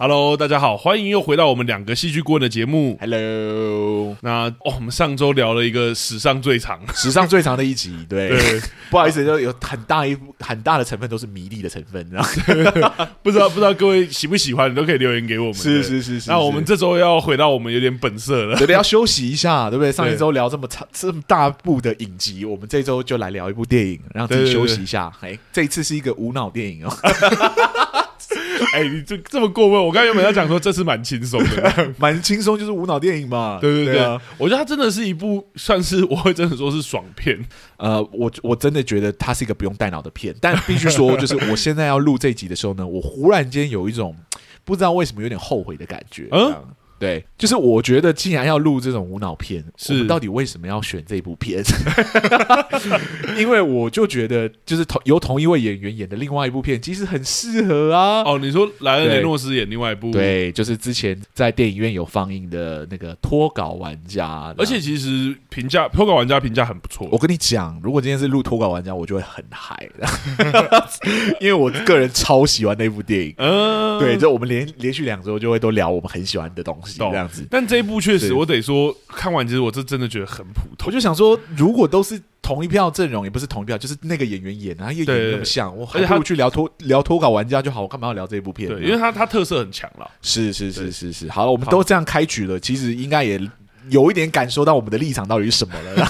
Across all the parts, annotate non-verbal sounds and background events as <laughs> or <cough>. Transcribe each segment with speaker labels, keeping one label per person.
Speaker 1: Hello，大家好，欢迎又回到我们两个戏剧顾问的节目。
Speaker 2: Hello，
Speaker 1: 那哦，我们上周聊了一个史上最长， <laughs>
Speaker 2: 史上最长的一集，对，
Speaker 1: 对，
Speaker 2: 不好意思，就有很大一部很大的成分都是迷离的成
Speaker 1: <laughs>
Speaker 2: 分，然后
Speaker 1: 不知道不知道各位喜不喜欢，你都可以留言给我们。对
Speaker 2: 是
Speaker 1: 那我们这周要回到我们有点本色了。
Speaker 2: 觉得要休息一下，对不对？上一周聊这么长这么大部的影集，我们这周就来聊一部电影，让自己
Speaker 1: 对对
Speaker 2: 休
Speaker 1: 对
Speaker 2: 息一下。哎，这一次是一个无脑电影
Speaker 1: <laughs>
Speaker 2: 哦，
Speaker 1: 哎、你这这么过分！我刚才原本要讲说这次蛮轻松的，
Speaker 2: 蛮轻松，就是无脑电影嘛。
Speaker 1: 对对对，
Speaker 2: 啊
Speaker 1: 我觉得它真的是一部算是我会真的说是爽片，
Speaker 2: 呃，我我真的觉得它是一个不用带脑的片，
Speaker 1: <laughs>
Speaker 2: 但必须说，就是我现在要录这集的时候呢，我忽然间有一种不知道为什么有点后悔的感觉。
Speaker 1: 嗯
Speaker 2: 嗯，对，就是我觉得既然要录这种无脑片，
Speaker 1: 是
Speaker 2: 我们到底为什么要选这部片？ <laughs> 因为我就觉得，就是同由同一位演员演的另外一部片，其实很适合啊。
Speaker 1: 哦。你说莱恩·
Speaker 2: 对
Speaker 1: 雷诺斯演另外一部，，
Speaker 2: 对，就是之前在电影院有放映的那个《脱稿玩家》，
Speaker 1: 而且其实评价《脱稿玩家》评价很不
Speaker 2: 我
Speaker 1: 错，
Speaker 2: 跟你讲，如果今天是录脱稿玩家，我就会很嗨， <laughs> 因为我个人超喜欢那部电影。
Speaker 1: 嗯，
Speaker 2: 对，就我们连连续两周就会都聊我们很喜欢的东西，
Speaker 1: 懂
Speaker 2: 这样子。
Speaker 1: 但这一部确实，
Speaker 2: 是
Speaker 1: 我得说看完，其实我这真的觉得很普
Speaker 2: 我
Speaker 1: 通。
Speaker 2: 就想说，如果都是同一票阵容，也不是同一票，就是那个演员演，然啊后又演得那么像，我还
Speaker 1: 而且
Speaker 2: 不
Speaker 1: 他
Speaker 2: 如去聊脱聊脱稿玩家就好，我干嘛要聊这部片呢？
Speaker 1: 对，因为它它特色很强啦。
Speaker 2: 是是
Speaker 1: 对
Speaker 2: 是是是，好了，我们
Speaker 1: 好
Speaker 2: 都这样开局了，其实应该也有一点感受到我们的立场到底是什么
Speaker 1: <laughs>
Speaker 2: 了。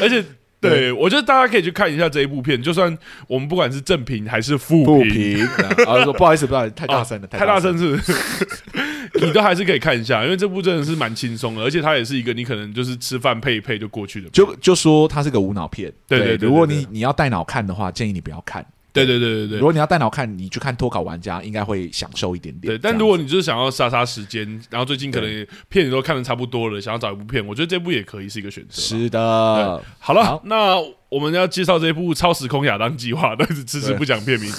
Speaker 1: 而且对，我觉得大家可以去看一下这一部片，就算我们不管是正评还是负
Speaker 2: 不
Speaker 1: 评， <laughs>
Speaker 2: 平，啊，说不好意思，不好意思，太大声了，
Speaker 1: 哦太大
Speaker 2: 声了。
Speaker 1: 声是不 <laughs> 是？你都还是可以看一下，因为这部真的是蛮轻松的，而且它也是一个你可能就是吃饭配一配就过去的。
Speaker 2: 就就说它是个无脑片，
Speaker 1: 对对对对
Speaker 2: 如果
Speaker 1: 对
Speaker 2: 你你要带脑看的话，建议你不要看。
Speaker 1: 对对对对
Speaker 2: 如
Speaker 1: 对
Speaker 2: 果你要带脑看，你去看脱稿玩家，应该会享受一点点。
Speaker 1: 对。但
Speaker 2: 这样
Speaker 1: 如果你就是想要杀杀时间，然后最近可能片子都看的差不多了，想要找一部片，我觉得这部也可以是一个选择。
Speaker 2: 是的，
Speaker 1: 好了
Speaker 2: 好，
Speaker 1: 那我们要介绍这部《超时空亚当计划》， <laughs> 但是迟迟
Speaker 2: 对
Speaker 1: 不讲片名。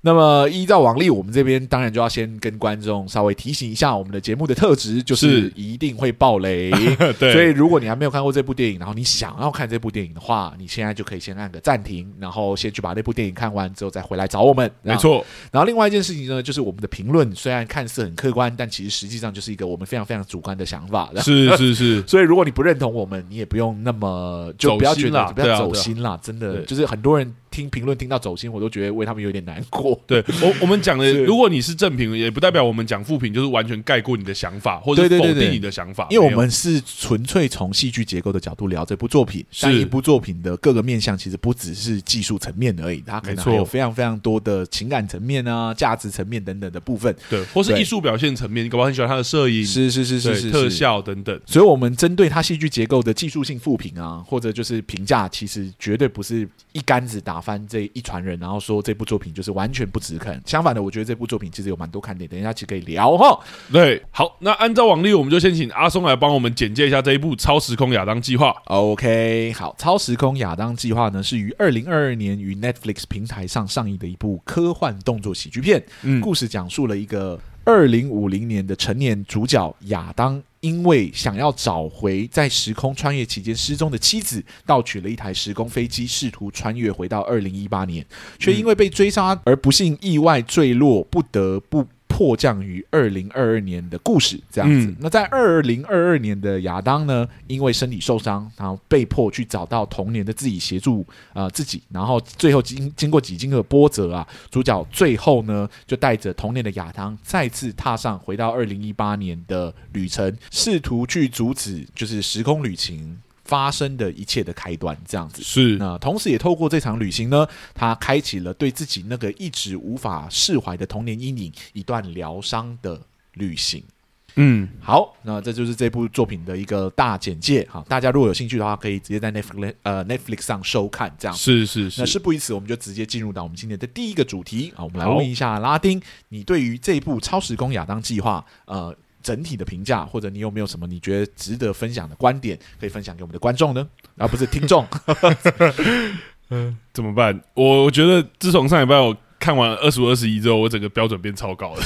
Speaker 2: 那么依照往例，我们这边当然就要先跟观众稍微提醒一下我们的节目的特质，就是
Speaker 1: 是
Speaker 2: 一定会爆雷。
Speaker 1: <laughs> 对，
Speaker 2: 所以，如果你还没有看过这部电影，然后你想要看这部电影的话，你现在就可以先按个暂停，然后先去把那部电影看完之后再回来找我们。
Speaker 1: 没 <laughs> 错，
Speaker 2: 然后另外一件事情呢，就是我们的评论虽然看似很客观，但其实实际上就是一个我们非常非常主观的想
Speaker 1: <laughs>
Speaker 2: 法。
Speaker 1: 是是是，
Speaker 2: 所以如果你不认同我们，你也不用那么就不要觉
Speaker 1: 走心啦
Speaker 2: 得不要走
Speaker 1: 对啊
Speaker 2: 心啦，真的
Speaker 1: 对
Speaker 2: 就是很多人听评论听到走心，我都觉得为他们有点难过。
Speaker 1: 对我我们讲的，
Speaker 2: 是
Speaker 1: 如果你是正评，也不代表我们讲负评就是完全盖过你的想法，或者
Speaker 2: 对对
Speaker 1: 否
Speaker 2: 对对
Speaker 1: 定你的想法，
Speaker 2: 因为我
Speaker 1: <laughs> 没有
Speaker 2: 们是纯粹从戏剧结构的角度聊这部作品，但
Speaker 1: 是
Speaker 2: 一部作品的各个面向其实不只是技术层面而已，它可
Speaker 1: 没
Speaker 2: 能
Speaker 1: 错
Speaker 2: 还有非常非常多的情感层面啊、价值层面等等的部分。
Speaker 1: 对，或是
Speaker 2: 对
Speaker 1: 艺术表现层面，你搞不好很喜欢他的摄影、
Speaker 2: 是是是是
Speaker 1: 对
Speaker 2: 是
Speaker 1: 特
Speaker 2: 是
Speaker 1: 效等等。
Speaker 2: 所以，我们针对它戏剧结构的技术性复评啊，或者就是评价，其实绝对不是一竿子打翻这一船人，然后说这部作品就是完全不值肯。相反的，我觉得这部作品其实有蛮多看点，等一下其实可以聊哈。
Speaker 1: 对，好，那按照往例，我们就先请阿松来帮我们简介一下这一部《超时空亚当计划》。
Speaker 2: OK，好，《超时空亚当计划》呢是于二零二二年于 Netflix 平台上上映的一部科幻动作喜剧片，
Speaker 1: 嗯，
Speaker 2: 故事讲述了一个二零五零年的成年主角亚当，因为想要找回在时空穿越期间失踪的妻子，盗取了一台时空飞机，试图穿越回到二零一八年，却因为被追杀而不幸意外坠落，不得不。迫降于二零二二年的故事这样子，
Speaker 1: 嗯
Speaker 2: 那在二零二二年的亚当呢，因为身体受伤，然后被迫去找到童年的自己协助呃自己，然后最后经经过几经的波折啊，主角最后呢就带着童年的亚当再次踏上回到二零一八年的旅程，试图去阻止就是时空旅行发生的一切的开端这样子。
Speaker 1: 是，
Speaker 2: 那同时也透过这场旅行呢，他开启了对自己那个一直无法释怀的童年阴影一段疗伤的旅行。
Speaker 1: 嗯，
Speaker 2: 好，那这就是这部作品的一个大简介哈。大家如果有兴趣的话，可以直接在 Netflix 呃 Netflix 上收看这样。
Speaker 1: 是是是。
Speaker 2: 那事不宜迟，我们就直接进入到我们今天的第一个主题啊。我们来
Speaker 1: 好
Speaker 2: 问一下拉丁，你对于这部《超时空亚当计划》呃整体的评价，或者你有没有什么你觉得值得分享的观点，可以分享给我们的观众呢？ <laughs> 啊，不是听众，
Speaker 1: 怎么办？我我觉得自从上礼拜我看完二十五、二十一之后，我整个标准变超高了。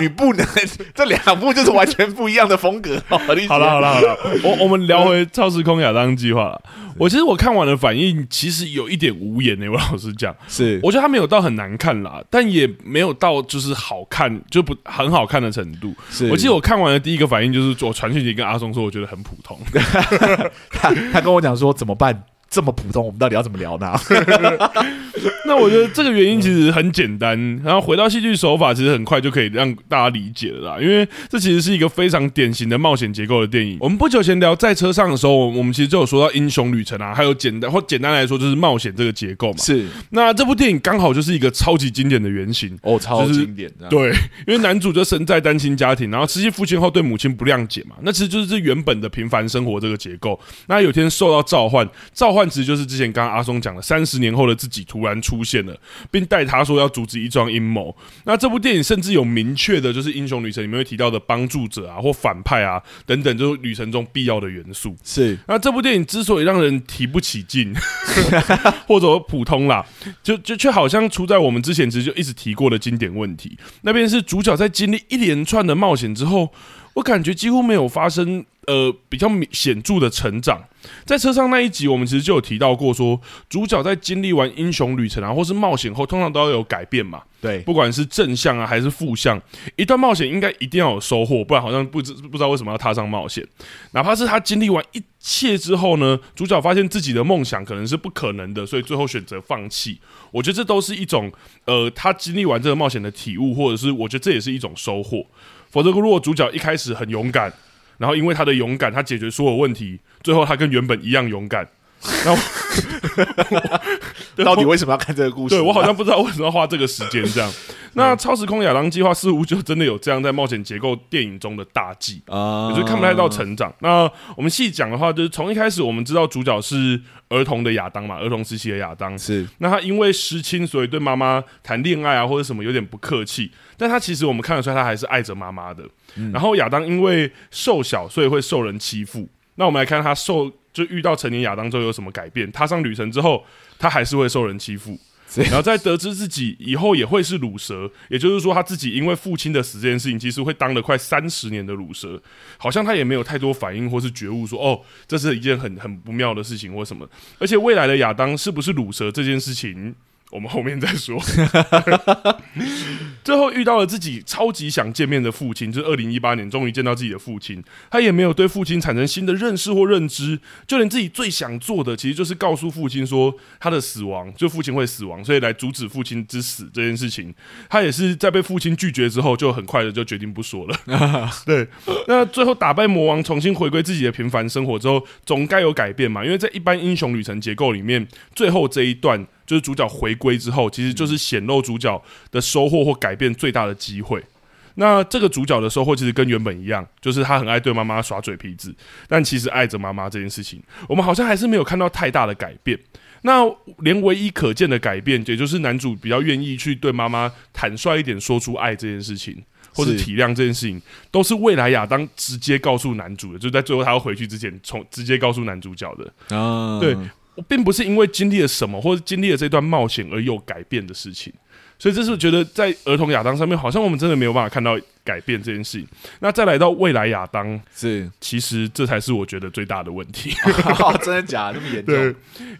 Speaker 2: 你不能 <laughs> 这两部就是完全不一样的风格。 <laughs> 好
Speaker 1: 好了，好
Speaker 2: 了，
Speaker 1: 了，好了， <laughs> 我我们聊回超时空亚当计划了。我其实我看完的反应其实有一点无言欸呢、我老实讲，
Speaker 2: 是
Speaker 1: 我觉得它没有到很难看啦，但也没有到就是好看就不很好看的程度。
Speaker 2: 是，
Speaker 1: 我记得我看完的第一个反应就是我传讯息跟阿松说，我觉得很普通。 <laughs>
Speaker 2: 他他跟我讲说怎么办？这么普通，我们到底要怎么
Speaker 1: <laughs>
Speaker 2: 聊呢？
Speaker 1: 那我觉得这个原因其实很简单，然后回到戏剧手法，其实很快就可以让大家理解了啦。因为这其实是一个非常典型的冒险结构的电影。我们不久前聊在车上的时候，我我们其实就有说到英雄旅程啊，还有简单或简单来说就是冒险这个结构嘛。
Speaker 2: 是
Speaker 1: 那这部电影刚好就是一个超级经典的原型。
Speaker 2: <laughs> 哦，超
Speaker 1: 就是
Speaker 2: 经典的，
Speaker 1: 对，因为男主就身在单亲家庭，然后失去父亲后对母亲不谅解嘛，那其实就是这原本的平凡生活这个结构。那有一天受到召唤，召唤其实就是之前刚刚阿松讲的，三十年后的自己突然出现了，并带他说要阻止一桩阴谋。那这部电影甚至有明确的，就是英雄旅程里面会提到的帮助者啊，或反派啊等等，就是旅程中必要的元素。
Speaker 2: 是
Speaker 1: 那这部电影之所以让人提不起劲， <laughs> 或者说普通啦，就就却好像出在我们之前其实就一直提过的经典问题，那便是主角在经历一连串的冒险之后，我感觉几乎没有发生呃比较明显著的成长。在车上那一集，我们其实就有提到过说主角在经历完英雄旅程啊，或是冒险后，通常都要有改变嘛。
Speaker 2: 对，
Speaker 1: 不管是正向啊还是负向，一段冒险应该一定要有收获，不然好像不知不知道为什么要踏上冒险。哪怕是他经历完一切之后呢，主角发现自己的梦想可能是不可能的，所以最后选择放弃。我觉得这都是一种呃，他经历完这个冒险的体悟，或者是我觉得这也是一种收获。否则，如果主角一开始很勇敢，然后因为他的勇敢，他解决所有问题，最后他跟原本一样勇敢。那我 <laughs> 对
Speaker 2: 到
Speaker 1: 我
Speaker 2: 底为什么要看这个故事？
Speaker 1: 对我好像不知道为什么要花这个时间这样。那超时空亚当计划似乎就真的有这样在冒险结构电影中的大忌，
Speaker 2: 啊
Speaker 1: 也就是看不太到成长。那我们细讲的话，就是从一开始我们知道主角是儿童的亚当嘛，儿童时期的亚当。
Speaker 2: 是
Speaker 1: 那他因为失亲，所以对妈妈谈恋爱啊或者什么有点不客气。但他其实我们看得出来，他还是爱着妈妈的。然后亚当因为瘦小，所以会受人欺负。那我们来看他受就遇到成年亚当之后有什么改变？踏上旅程之后，他还是会受人欺负。
Speaker 2: 是
Speaker 1: 然后在得知自己以后也会是乳蛇，也就是说他自己因为父亲的死这件事情，其实会当了快三十年的乳蛇，好像他也没有太多反应或是觉悟说，哦，这是一件很很不妙的事情或什么。而且未来的亚当是不是乳蛇这件事情，我们后面再说。 <laughs> 最后遇到了自己超级想见面的父亲，就是二零一八年终于见到自己的父亲，他也没有对父亲产生新的认识或认知，就连自己最想做的，其实就是告诉父亲说他的死亡，就父亲会死亡，所以来阻止父亲之死这件事情，他也是在被父亲拒绝之后，就很快的就决定不说了。 <laughs> 对， <laughs> 那最后打败魔王，重新回归自己的平凡生活之后，总该有改变嘛？因为在一般英雄旅程结构里面，最后这一段就是主角回归之后，其实就是显露主角的收获或改变最大的机会。那这个主角的收获其实跟原本一样，就是他很爱对妈妈耍嘴皮子，但其实爱着妈妈这件事情，我们好像还是没有看到太大的改变。那连唯一可见的改变，也就是男主比较愿意去对妈妈坦率一点说出爱这件事情，或是
Speaker 2: 是
Speaker 1: 体谅这件事情，都是未来亚当直接告诉男主的，就在最后他要回去之前，从直接告诉男主角的。
Speaker 2: 啊
Speaker 1: 对我并不是因为经历了什么，或者经历了这段冒险而有改变的事情。所以这是我觉得在儿童亚当上面，好像我们真的没有办法看到改变这件事情。那再来到未来亚当，
Speaker 2: 是，
Speaker 1: 其实这才是我觉得最大的问题。
Speaker 2: <laughs> 哦真的假的？这么严
Speaker 1: 对
Speaker 2: 重？，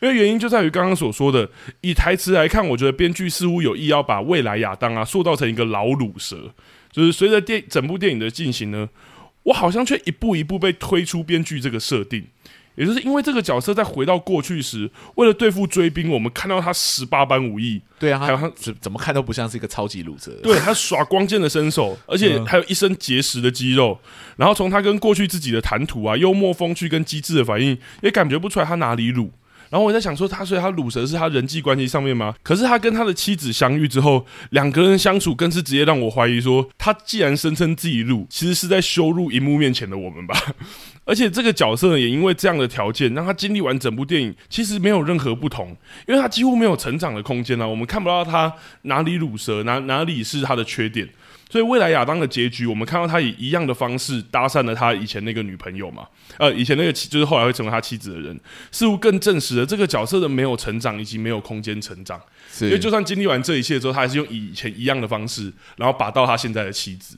Speaker 1: 因为原因就在于刚刚所说的，以台词来看，我觉得编剧似乎有意要把未来亚当啊塑造成一个老乳蛇，就是随着电整部电影的进行呢，我好像却一步一步被推出编剧这个设定。也就是因为这个角色在回到过去时，为了对付追兵，我们看到他十八般武艺，
Speaker 2: 对啊，
Speaker 1: 还有
Speaker 2: 他
Speaker 1: 他
Speaker 2: 怎怎么看都不像是一个超级鲁 <laughs> 蛇。
Speaker 1: 对他耍光剑的身手，而且还有一身结实的肌肉。然后从他跟过去自己的谈吐啊、幽默风趣跟机智的反应，也感觉不出来他哪里鲁。然后我在想说，他所以他鲁蛇是他人际关系上面吗？可是他跟他的妻子相遇之后，两个人相处更是直接让我怀疑说，他既然声称自己鲁，其实是在羞辱荧幕面前的我们吧。而且这个角色呢也因为这样的条件，让他经历完整部电影，其实没有任何不同，因为他几乎没有成长的空间啊，我们看不到他哪里乳蛇，哪哪里是他的缺点。所以未来亚当的结局，我们看到他以一样的方式搭讪了他以前那个女朋友嘛，呃，以前那个妻就是后来会成为他妻子的人，似乎更证实了这个角色的没有成长以及没有空间成长。因为
Speaker 2: 是
Speaker 1: 就算经历完这一切之后，他还是用以前一样的方式，然后把到他现在的妻子。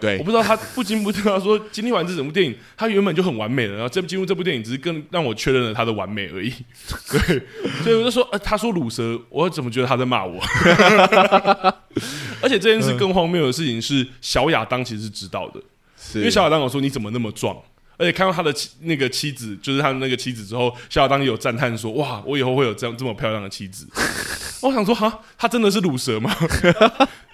Speaker 2: 对
Speaker 1: 我不知道他不禁不知道说，经历完这整部电影，他原本就很完美了，然后这进入这部电影只是更让我确认了他的完美而已。 <laughs> 对，所以我就说，呃，他说乳蛇，我怎么觉得他在骂我？ <laughs> 而且这件事更荒谬的事情是，小亚当其实是知道的，
Speaker 2: 是
Speaker 1: 因为小亚当有说你怎么那么壮。而且看到他的妻那个妻子，就是他的那个妻子之后，小亚当有赞叹说：“哇，我以后会有这样这么漂亮的妻子。” <laughs> 我想说，哈，他真的是乳蛇吗？ <laughs>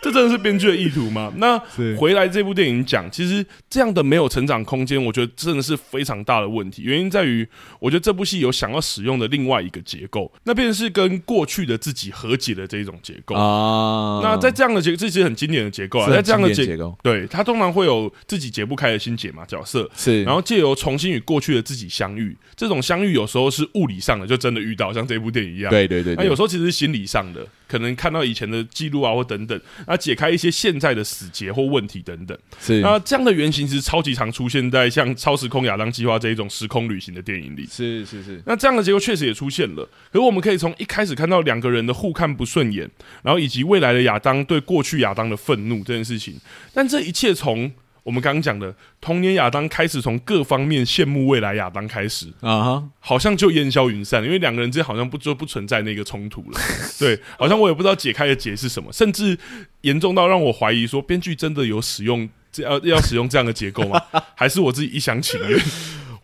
Speaker 1: 这真的是编剧的意图吗？那
Speaker 2: 是
Speaker 1: 回来这部电影讲，其实这样的没有成长空间，我觉得真的是非常大的问题。原因在于，我觉得这部戏有想要使用的另外一个结构，那便是跟过去的自己和解的这一种结构。
Speaker 2: 啊，
Speaker 1: 那在这样的结，这其实很经典的结构啊，
Speaker 2: 是
Speaker 1: 在
Speaker 2: 很
Speaker 1: 这样的
Speaker 2: 经典
Speaker 1: 结，
Speaker 2: 结构
Speaker 1: 对它通常会有自己解不开的心结嘛角色。
Speaker 2: 是，
Speaker 1: 然后借由重新与过去的自己相遇，这种相遇有时候是物理上的，就真的遇到，像这部电影一样。
Speaker 2: 对对对
Speaker 1: 那
Speaker 2: 对，
Speaker 1: 有时候其实是心理上的，可能看到以前的记录啊，或等等，那解开一些现在的死结或问题等等。
Speaker 2: 是
Speaker 1: 那这样的原型其实超级常出现在像《超时空亚当计划》这一种时空旅行的电影里。
Speaker 2: 是是是，
Speaker 1: 那这样的结果确实也出现了，可是我们可以从一开始看到两个人的互看不顺眼，然后以及未来的亚当对过去亚当的愤怒这件事情。但这一切从我们刚刚讲的童年亚当开始，从各方面羡慕未来亚当开始，
Speaker 2: 啊哈，
Speaker 1: 好像就烟消云散了，因为两个人之间好像不就不存在那个冲突了。对，好像我也不知道解开的结是什么，甚至严重到让我怀疑说，编剧真的有使用这要要使用这样的结构吗？还是我自己一厢情愿？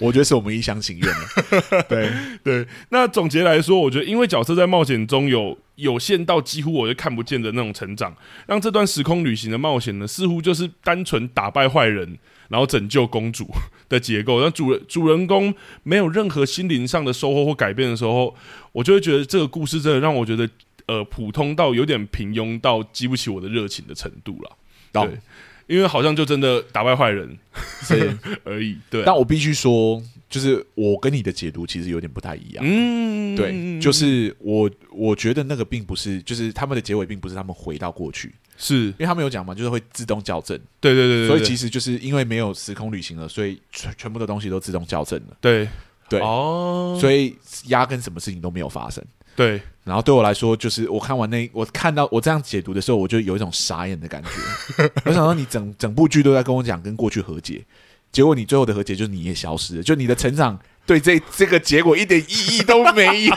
Speaker 2: 我觉得是我们一厢情愿的，
Speaker 1: <laughs>
Speaker 2: 对，
Speaker 1: 对，那总结来说，我觉得因为角色在冒险中有有限到几乎我就看不见的那种成长，让这段时空旅行的冒险呢，似乎就是单纯打败坏人，然后拯救公主 <laughs> 的结构。那主人主人公没有任何心灵上的收获或改变的时候，我就会觉得这个故事真的让我觉得。呃，普通到有点平庸到激不起我的热情的程度了，
Speaker 2: 懂
Speaker 1: 对因为好像就真的打败坏人
Speaker 2: 是，
Speaker 1: 而已。对啊，
Speaker 2: 但我必须说，就是我跟你的解读其实有点不太一样。
Speaker 1: 嗯，
Speaker 2: 对，就是我，我觉得那个并不是，就是他们的结尾并不是他们回到过去，
Speaker 1: 是，
Speaker 2: 因为他们有讲嘛，就是会自动校正，
Speaker 1: 对对对对，
Speaker 2: 所以
Speaker 1: 对
Speaker 2: 其实就是因为没有时空旅行了，所以全全部的东西都自动校正了，
Speaker 1: 对
Speaker 2: 对
Speaker 1: 哦，
Speaker 2: 所以压根什么事情都没有发生。
Speaker 1: 对，
Speaker 2: 然后对我来说，就是我看完那，我看到我这样解读的时候，我就有一种傻眼的感觉。 <laughs> 我想说，你整整部剧都在跟我讲跟过去和解，结果你最后的和解就是你也消失了，就你的成长对这这个结果一点意义都
Speaker 1: <laughs>
Speaker 2: 没有。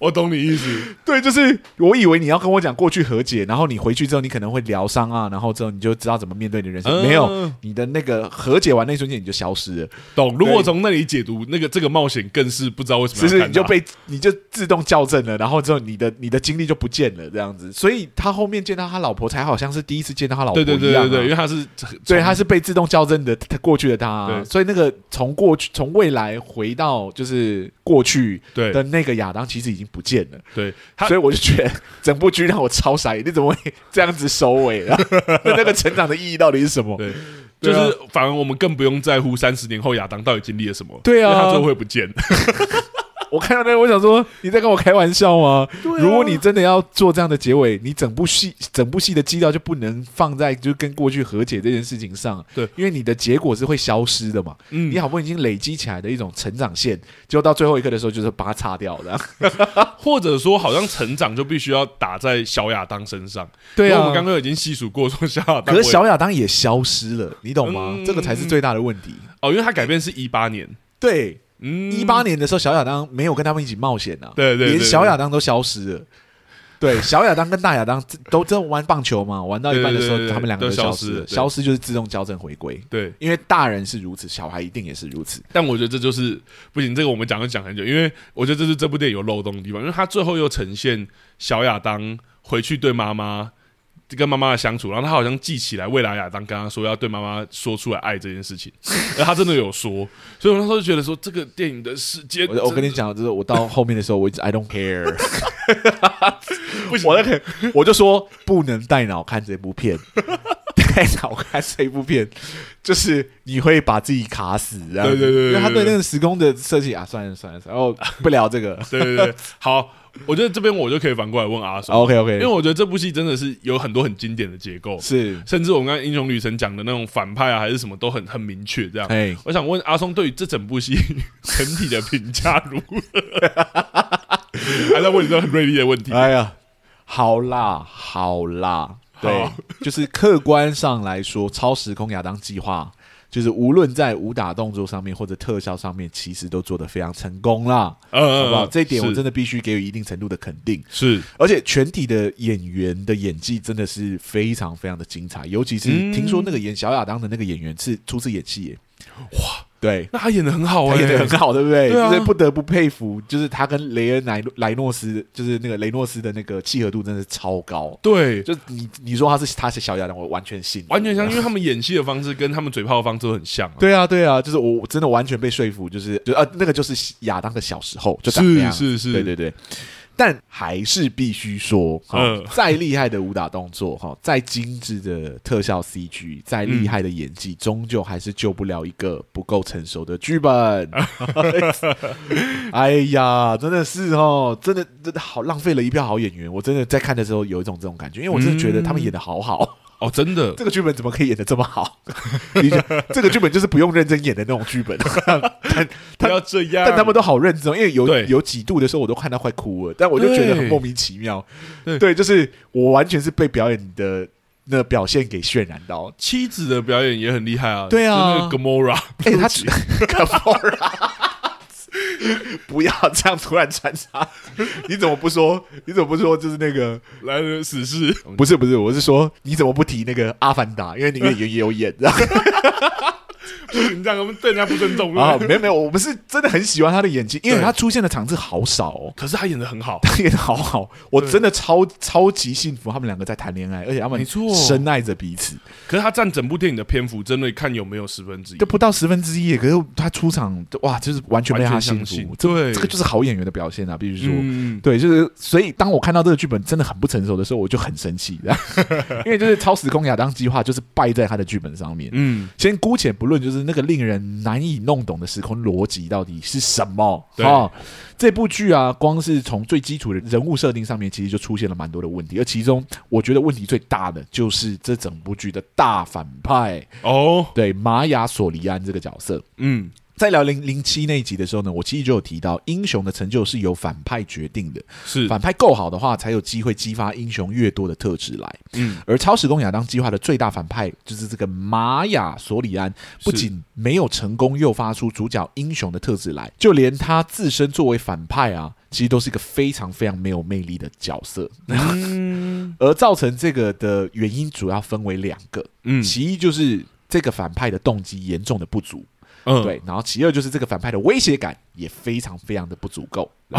Speaker 1: 我懂你意思。
Speaker 2: 对，就是我以为你要跟我讲过去和解，然后你回去之后你可能会疗伤啊，然后之后你就知道怎么面对你的人生。
Speaker 1: 嗯
Speaker 2: 没有，你的那个和解完那一瞬间你就消失了，
Speaker 1: 懂。如果
Speaker 2: 对
Speaker 1: 从那里解读，那个这个冒险更是不知道为什么
Speaker 2: 其
Speaker 1: 要看它，
Speaker 2: 实你就被你就自动校正了，然后之后你的你的经历就不见了，这样子。所以他后面见到他老婆才好像是第一次见到他老婆
Speaker 1: 对
Speaker 2: 一样、
Speaker 1: 对
Speaker 2: 啊，
Speaker 1: 对对对，因为他是
Speaker 2: 对，他是被自动校正的，他过去的他、
Speaker 1: 对
Speaker 2: 所以那个从过去从未来回到就是过去
Speaker 1: 对
Speaker 2: 的那个亚当，其实已经不见了。
Speaker 1: 对他
Speaker 2: 所以我就觉得 <laughs> 整部剧让我超傻眼，你怎么会这样子收尾啊？ <laughs> 那那个成长的意义到底是什么？
Speaker 1: 对，就
Speaker 2: 对啊
Speaker 1: 是反而我们更不用在乎三十年后亚当到底经历了什么，
Speaker 2: 对啊
Speaker 1: 因为他最后会不见。
Speaker 2: 我看到那个，我想说你在跟我开玩笑吗？
Speaker 1: 对啊
Speaker 2: 如果你真的要做这样的结尾，你整部戏整部戏的基调就不能放在就跟过去和解这件事情上，
Speaker 1: 对
Speaker 2: 因为你的结果是会消失的嘛。
Speaker 1: 嗯
Speaker 2: 你，好不容易已经累积起来的一种成长线，结果到最后一刻的时候就是把它擦掉的。
Speaker 1: 或者说好像成长就必须要打在小亚当身上。
Speaker 2: 对
Speaker 1: 因
Speaker 2: <laughs>
Speaker 1: 为
Speaker 2: 啊，
Speaker 1: 我们刚刚已经细数过说小亚当
Speaker 2: 可
Speaker 1: 会，
Speaker 2: 是小亚当也消失了，你懂吗？
Speaker 1: 嗯
Speaker 2: 这个才是最大的问题。
Speaker 1: 哦，因为他改变是一八年，
Speaker 2: 对，
Speaker 1: 嗯，
Speaker 2: 一八年的时候，小亚当没有跟他们一起冒险啊，
Speaker 1: 对对对
Speaker 2: 连小亚当都消失了。对，小亚当跟大亚当这都都玩棒球嘛，玩到一半的时候，
Speaker 1: 对对对对
Speaker 2: 他们两个
Speaker 1: 都
Speaker 2: 就
Speaker 1: 消
Speaker 2: 消
Speaker 1: 失
Speaker 2: 失
Speaker 1: 了
Speaker 2: 了。
Speaker 1: 对
Speaker 2: 消失就是自动校正回归，
Speaker 1: 对。
Speaker 2: 因为大人是如此，小孩一定也是如此。
Speaker 1: 但我觉得这就是不行，这个我们讲就讲很久，因为我觉得这是这部电影有漏洞的地方，因为它最后又呈现小亚当回去对妈妈跟妈妈的相处，然后他好像记起来未来亚当刚刚说要对妈妈说出来爱这件事情，而他真的有说，所以我那时候就觉得说这个电影的世界真的，
Speaker 2: 我我跟你讲，就是我到后面的时候，我一直 I
Speaker 1: <laughs>
Speaker 2: don't care，
Speaker 1: 不行，
Speaker 2: 我在看，我就说不能带脑看这部片， <laughs> 带脑看这部片，就是你会把自己卡死这样子。
Speaker 1: 对对对对对 <laughs>
Speaker 2: 因为他对那个时空的设计啊，算了算了算了，哦，不聊这个。
Speaker 1: 对对对，好。我觉得这边我就可以反过来问阿松，
Speaker 2: OK
Speaker 1: 因为
Speaker 2: OK，
Speaker 1: 我觉得这部戏真的是有很多很经典的结构，
Speaker 2: 是，
Speaker 1: 甚至我们刚才英雄旅程讲的那种反派啊，还是什么都很很明确这样。
Speaker 2: 哎，
Speaker 1: 我想问阿松对于这整部戏 <laughs> 整体的评价如何？ <laughs> 还在问你这很锐利的问题。
Speaker 2: 哎呀，好啦，好啦，对
Speaker 1: 好，
Speaker 2: 就是客观上来说，《超时空亚当计划》就是无论在武打动作上面或者特效上面，其实都做得非常成功啦，
Speaker 1: 嗯，
Speaker 2: 好不好？这一点我
Speaker 1: 是
Speaker 2: 真的必须给予一定程度的肯定。
Speaker 1: 是
Speaker 2: 而且全体的演员的演技真的是非常非常的精彩，尤其是
Speaker 1: 嗯
Speaker 2: 听说那个演小亚当的那个演员是初次演戏耶，哇，对，
Speaker 1: 那他演的很好
Speaker 2: 他
Speaker 1: 哎、
Speaker 2: 演的很好，对不对？
Speaker 1: 对啊
Speaker 2: 就是不得不佩服，就是他跟雷恩莱莱诺斯，就是那个雷诺斯的那个契合度真的是超高。
Speaker 1: 对，
Speaker 2: 就你你说他是他是小亚当，我完全信，
Speaker 1: 完全像，因为他们演戏的方式跟他们嘴炮的方式都很像、啊。
Speaker 2: 对啊对啊，就是我我真的完全被说服，就是就啊那个就是亚当的小时候就长那
Speaker 1: 是
Speaker 2: 样，
Speaker 1: 是是，
Speaker 2: 对对对。但还是必须说，哈、
Speaker 1: 嗯
Speaker 2: 再厉害的武打动作，哈、再精致的特效 CG，再厉害的演技，终究还是救不了一个不够成熟的剧
Speaker 1: <laughs>
Speaker 2: 本。哎呀，真的是哦，真的真的好浪费了一票好演员。我真的在看的时候有一种这种感觉，因为我真的觉得他们演的好好，
Speaker 1: 哦，真的，
Speaker 2: 这个剧本怎么可以演的这么好？ <laughs> 你想，这个剧本就是不用认真演的那种
Speaker 1: <laughs>
Speaker 2: 剧本。他
Speaker 1: 不要这样。
Speaker 2: 但他们都好认真，因为有
Speaker 1: 对
Speaker 2: 有几度的时候，我都看到快哭了，但我就觉得很莫名其妙。
Speaker 1: 对
Speaker 2: 就是我完全是被表演的那表现给渲染到。
Speaker 1: 妻子的表演也很厉害啊，
Speaker 2: 对啊
Speaker 1: 就那个 Gamora， <laughs>
Speaker 2: 哎、
Speaker 1: 对不
Speaker 2: 他 <laughs>
Speaker 1: 起
Speaker 2: 干嘛？啊不要这样突然穿插！你怎么不说？你怎么不说？就是那个
Speaker 1: 来了死侍，
Speaker 2: 不是不是，我是说你怎么不提那个《阿凡达》？因为里面也也有演，然后
Speaker 1: 你这样他们对人家不尊重 <laughs>
Speaker 2: <laughs> 啊，
Speaker 1: 对不对
Speaker 2: 没有没有，我们是真的很喜欢他的演技，因为
Speaker 1: 对
Speaker 2: 他出现的场次好少哦。 <laughs>
Speaker 1: 可是他演的很好，
Speaker 2: 他演的好好，我
Speaker 1: 对
Speaker 2: 真的超超级幸福，他们两个在谈恋爱，而且他们
Speaker 1: 没错
Speaker 2: 深爱着彼此，
Speaker 1: 可是他占整部电影的篇幅，真的看有没有十分之一
Speaker 2: 就，不到十分之一耶。可是他出场，哇，就是完全被他
Speaker 1: 完全相
Speaker 2: 幸福
Speaker 1: 信，，
Speaker 2: 这
Speaker 1: 对，
Speaker 2: 这个就是好演员的表现啊，必须说。
Speaker 1: 嗯，
Speaker 2: 对，就是所以，当我看到这个剧本真的很不成熟的时候，我就很生气， <laughs> 因为就是超时空亚当计划就是败在他的剧本上面。
Speaker 1: 嗯，
Speaker 2: 先姑且不论，就是那个令人难以弄懂的时空逻辑到底是什么
Speaker 1: 对
Speaker 2: 哦？这部剧啊，光是从最基础的人物设定上面，其实就出现了蛮多的问题，而其中我觉得问题最大的就是这整部剧的大反派，
Speaker 1: 哦，
Speaker 2: 对玛雅索利安这个角色。
Speaker 1: 嗯，
Speaker 2: 在聊零零七那一集的时候呢，我其实就有提到，英雄的成就是由反派决定的，
Speaker 1: 是，
Speaker 2: 反派够好的话，才有机会激发英雄越多的特质来。
Speaker 1: 嗯，
Speaker 2: 而超时空亚当计划的最大反派就是这个玛雅索里安，不仅没有成功诱发出主角英雄的特质来，就连他自身作为反派啊，其实都是一个非常非常没有魅力的角色。
Speaker 1: 嗯，
Speaker 2: <laughs> 而造成这个的原因主要分为两个，
Speaker 1: 嗯，
Speaker 2: 其一就是这个反派的动机严重的不足，
Speaker 1: 嗯，
Speaker 2: 对，然后其二就是这个反派的威胁感也非常非常的不足够。
Speaker 1: 哦，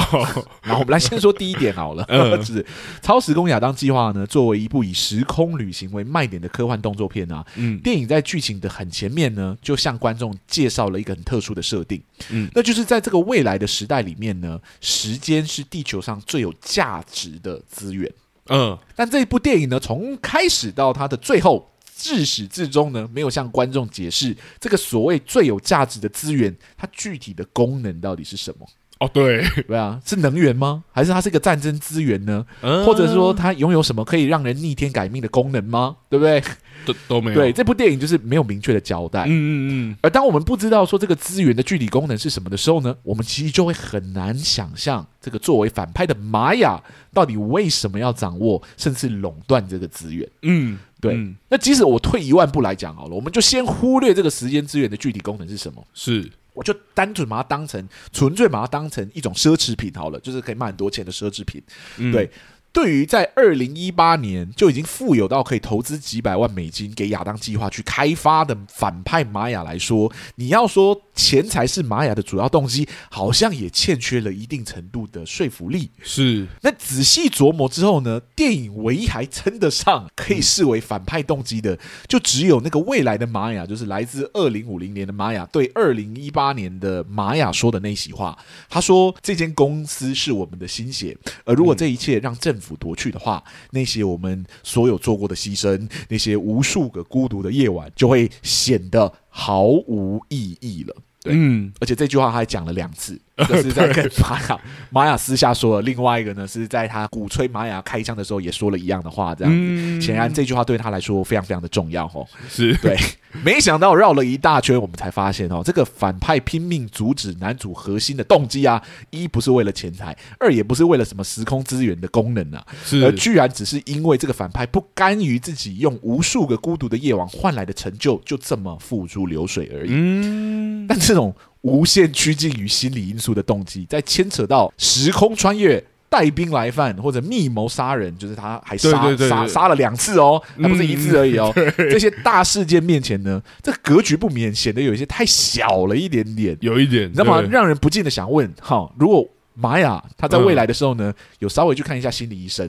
Speaker 2: 然后我们来先说第一点好了，
Speaker 1: 嗯
Speaker 2: <laughs> 就是《超时空亚当计划》呢，作为一部以时空旅行为卖点的科幻动作片啊，
Speaker 1: 嗯，
Speaker 2: 电影在剧情的很前面呢，就向观众介绍了一个很特殊的设定，
Speaker 1: 嗯
Speaker 2: 那就是在这个未来的时代里面呢，时间是地球上最有价值的资源。
Speaker 1: 嗯，
Speaker 2: 但这一部电影呢，从开始到它的最后。自始至终呢，没有向观众解释这个所谓最有价值的资源，它具体的功能到底是什么？
Speaker 1: 哦，
Speaker 2: <laughs>
Speaker 1: 对，
Speaker 2: 对啊，是能源吗？还是它是一个战争资源呢？或
Speaker 1: 或
Speaker 2: 者说它拥有什么可以让人逆天改命的功能吗？对不对？
Speaker 1: 都都没有，
Speaker 2: 对，，这部电影就是没有明确的交代。
Speaker 1: 嗯嗯
Speaker 2: 而当我们不知道说这个资源的具体功能是什么的时候呢，我们其实就会很难想象这个作为反派的玛雅到底为什么要掌握甚至垄断这个资源。
Speaker 1: 嗯，嗯，
Speaker 2: 对
Speaker 1: 嗯
Speaker 2: 那即使我退一万步来讲好了，我们就先忽略这个时间资源的具体功能是什么，
Speaker 1: 是，
Speaker 2: 我就单纯把它当成纯粹把它当成一种奢侈品好了，就是可以卖很多钱的奢侈品。
Speaker 1: 嗯
Speaker 2: 对，对于在二零一八年就已经富有到可以投资几百万美金给亚当计划去开发的反派玛雅来说，你要说钱才是玛雅的主要动机，好像也欠缺了一定程度的说服力。
Speaker 1: 是，
Speaker 2: 那仔细琢磨之后呢，电影唯一还称得上可以视为反派动机的，就只有那个未来的玛雅，就是来自二零五零年的玛雅对二零一八年的玛雅说的那席话。他说：“这间公司是我们的心血，而如果这一切让政府夺去的话，那些我们所有做过的牺牲，那些无数个孤独的夜晚，就会显得毫无意义了。”对
Speaker 1: 嗯，
Speaker 2: 而且这句话他还讲了两次，就是在跟玛雅玛雅私下说了；另外一个呢是在他鼓吹玛雅开枪的时候也说了一样的话，这样子。
Speaker 1: 嗯
Speaker 2: 显然这句话对他来说非常非常的重要哦。
Speaker 1: 是
Speaker 2: 对， <laughs> 没想到绕了一大圈，我们才发现哦，这个反派拼命阻止男主核心的动机啊，一不是为了钱财，二也不是为了什么时空资源的功能啊，
Speaker 1: 是
Speaker 2: 而居然只是因为这个反派不甘于自己用无数个孤独的夜晚换来的成就，就这么付诸流水而已。
Speaker 1: <laughs> 嗯，
Speaker 2: 但这种无限趋近于心理因素的动机，在牵扯到时空穿越。带兵来犯或者密谋杀人，就是他还杀
Speaker 1: 对对对嗯对
Speaker 2: 杀杀了两次哦，还不是一次而已哦。这些大事件面前呢，这格局不免显得有一些太小了一点点，
Speaker 1: 有一点，
Speaker 2: 你知道吗？
Speaker 1: 对
Speaker 2: 让人不禁的想问：哈，如果玛雅他在未来的时候
Speaker 1: 嗯
Speaker 2: 呢，有稍微去看一下心理医生，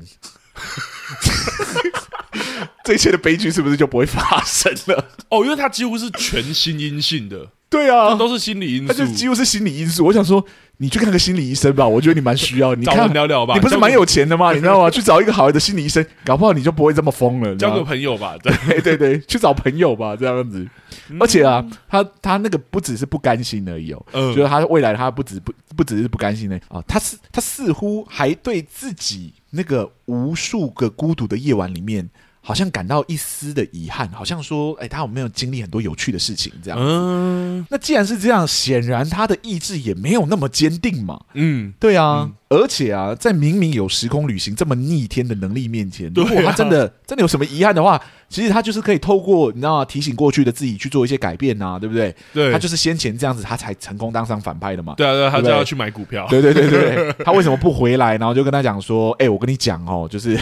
Speaker 2: <laughs> 这一切的悲剧是不是就不会发生了？
Speaker 1: 哦，因为他几乎是全新阴性的，
Speaker 2: 对啊，
Speaker 1: 都是心理因
Speaker 2: 他
Speaker 1: 素
Speaker 2: 就，几乎是心理因素。我想说，你去看个心理医生吧，我觉得你蛮需要。你
Speaker 1: 找人
Speaker 2: 看，
Speaker 1: 聊聊吧，
Speaker 2: 你不是
Speaker 1: 交个
Speaker 2: 蛮有钱的吗？你知
Speaker 1: <laughs>
Speaker 2: 道吗？去找一个好的心理医生，搞不好你就不会这么疯了。你知
Speaker 1: 交
Speaker 2: 道 <laughs>
Speaker 1: 个
Speaker 2: 吗？
Speaker 1: 朋友吧，对，
Speaker 2: 对对对，去找朋友吧，这样子。而且啊，他他那个不只是不甘心而已哦，
Speaker 1: 嗯
Speaker 2: 就是他未来他不止不不只是不甘心呢啊，他是他似乎还对自己那个无数个孤独的夜晚里面。好像感到一丝的遗憾，好像说，哎、他有没有经历很多有趣的事情？这样，
Speaker 1: 嗯
Speaker 2: 那既然是这样，显然他的意志也没有那么坚定嘛。
Speaker 1: 嗯，
Speaker 2: 对啊，而且啊，在明明有时空旅行这么逆天的能力面前，
Speaker 1: 对
Speaker 2: 如
Speaker 1: 啊
Speaker 2: 果他真的、真的有什么遗憾的话，其实他就是可以透过你知道吗提醒过去的自己去做一些改变啊，对不对？
Speaker 1: 对，
Speaker 2: 他就是先前这样子，他才成功当上反派的嘛。
Speaker 1: 对啊，对啊，他
Speaker 2: 对不
Speaker 1: 就
Speaker 2: 对
Speaker 1: 要去买股票，
Speaker 2: 对对对对，他为什么不回来？然后就跟他讲说：“哎、我跟你讲哦，就是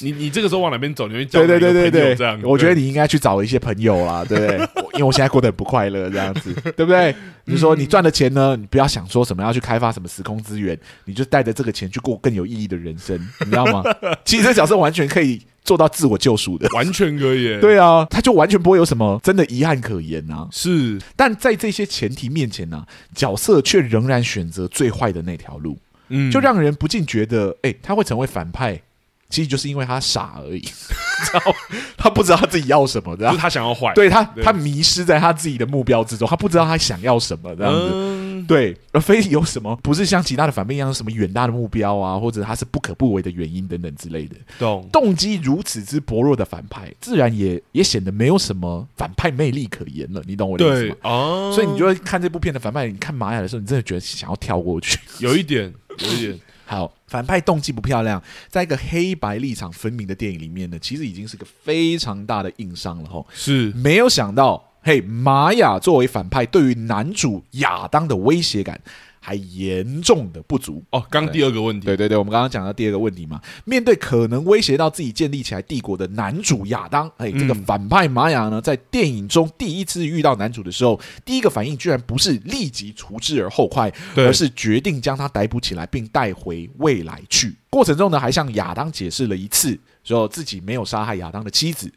Speaker 1: 你你这个时候往哪边走，你会交
Speaker 2: 对
Speaker 1: 哪
Speaker 2: 对
Speaker 1: 个
Speaker 2: 对
Speaker 1: 朋
Speaker 2: 对
Speaker 1: 友
Speaker 2: 对，
Speaker 1: 这样，
Speaker 2: 我觉得
Speaker 1: 对
Speaker 2: 你应该去找一些朋友啦，对
Speaker 1: <laughs>
Speaker 2: 不对？我因为我现在过得很不快乐，这样子，对不对？你
Speaker 1: 嗯
Speaker 2: 说你赚的钱呢，你不要想说什么要去开发什么时空资源，你就带着这个钱去过更有意义的人生，你知
Speaker 1: <laughs>
Speaker 2: 道吗？其实这角色完全可以做到自我救赎的。
Speaker 1: 完全可以耶，
Speaker 2: <laughs> 对啊，他就完全不会有什么真的遗憾可言啊。
Speaker 1: 是
Speaker 2: 但在这些前提面前呢、角色却仍然选择最坏的那条路，
Speaker 1: 嗯，
Speaker 2: 就让人不禁觉得，哎、他会成为反派，其实就是因为他傻而已， <laughs> 然后他不知道他自己要什么，这
Speaker 1: 就
Speaker 2: 样
Speaker 1: 是他想要坏，
Speaker 2: 啊对他，
Speaker 1: 对
Speaker 2: 他迷失在他自己的目标之中，他不知道他想要什么这样子。
Speaker 1: 嗯，
Speaker 2: 对，而非有什么不是像其他的反面一样，有什么远大的目标啊，或者他是不可不为的原因等等之类的。
Speaker 1: 懂，
Speaker 2: 动机如此之薄弱的反派，自然也也显得没有什么反派魅力可言了。你懂我的意思
Speaker 1: 对
Speaker 2: 吗？
Speaker 1: 哦，
Speaker 2: 所以你就会看这部片的反派，你看玛雅的时候，你真的觉得想要跳过去。
Speaker 1: 有一点，有一点，
Speaker 2: 好，反派动机不漂亮，在一个黑白立场分明的电影里面呢，其实已经是个非常大的硬伤了吼。
Speaker 1: 是
Speaker 2: 没有想到，嘿，玛雅作为反派，对于男主亚当的威胁感还严重的不足。
Speaker 1: 哦，刚第二个问题，
Speaker 2: 对对对，我们刚刚讲到第二个问题嘛，面对可能威胁到自己建立起来帝国的男主亚当，哎，这个
Speaker 1: 嗯
Speaker 2: 反派玛雅呢，在电影中第一次遇到男主的时候，第一个反应居然不是立即除之而后快，
Speaker 1: 对
Speaker 2: 而是决定将他逮捕起来并带回未来去。过程中呢，还向亚当解释了一次，说自己没有杀害亚当的妻子，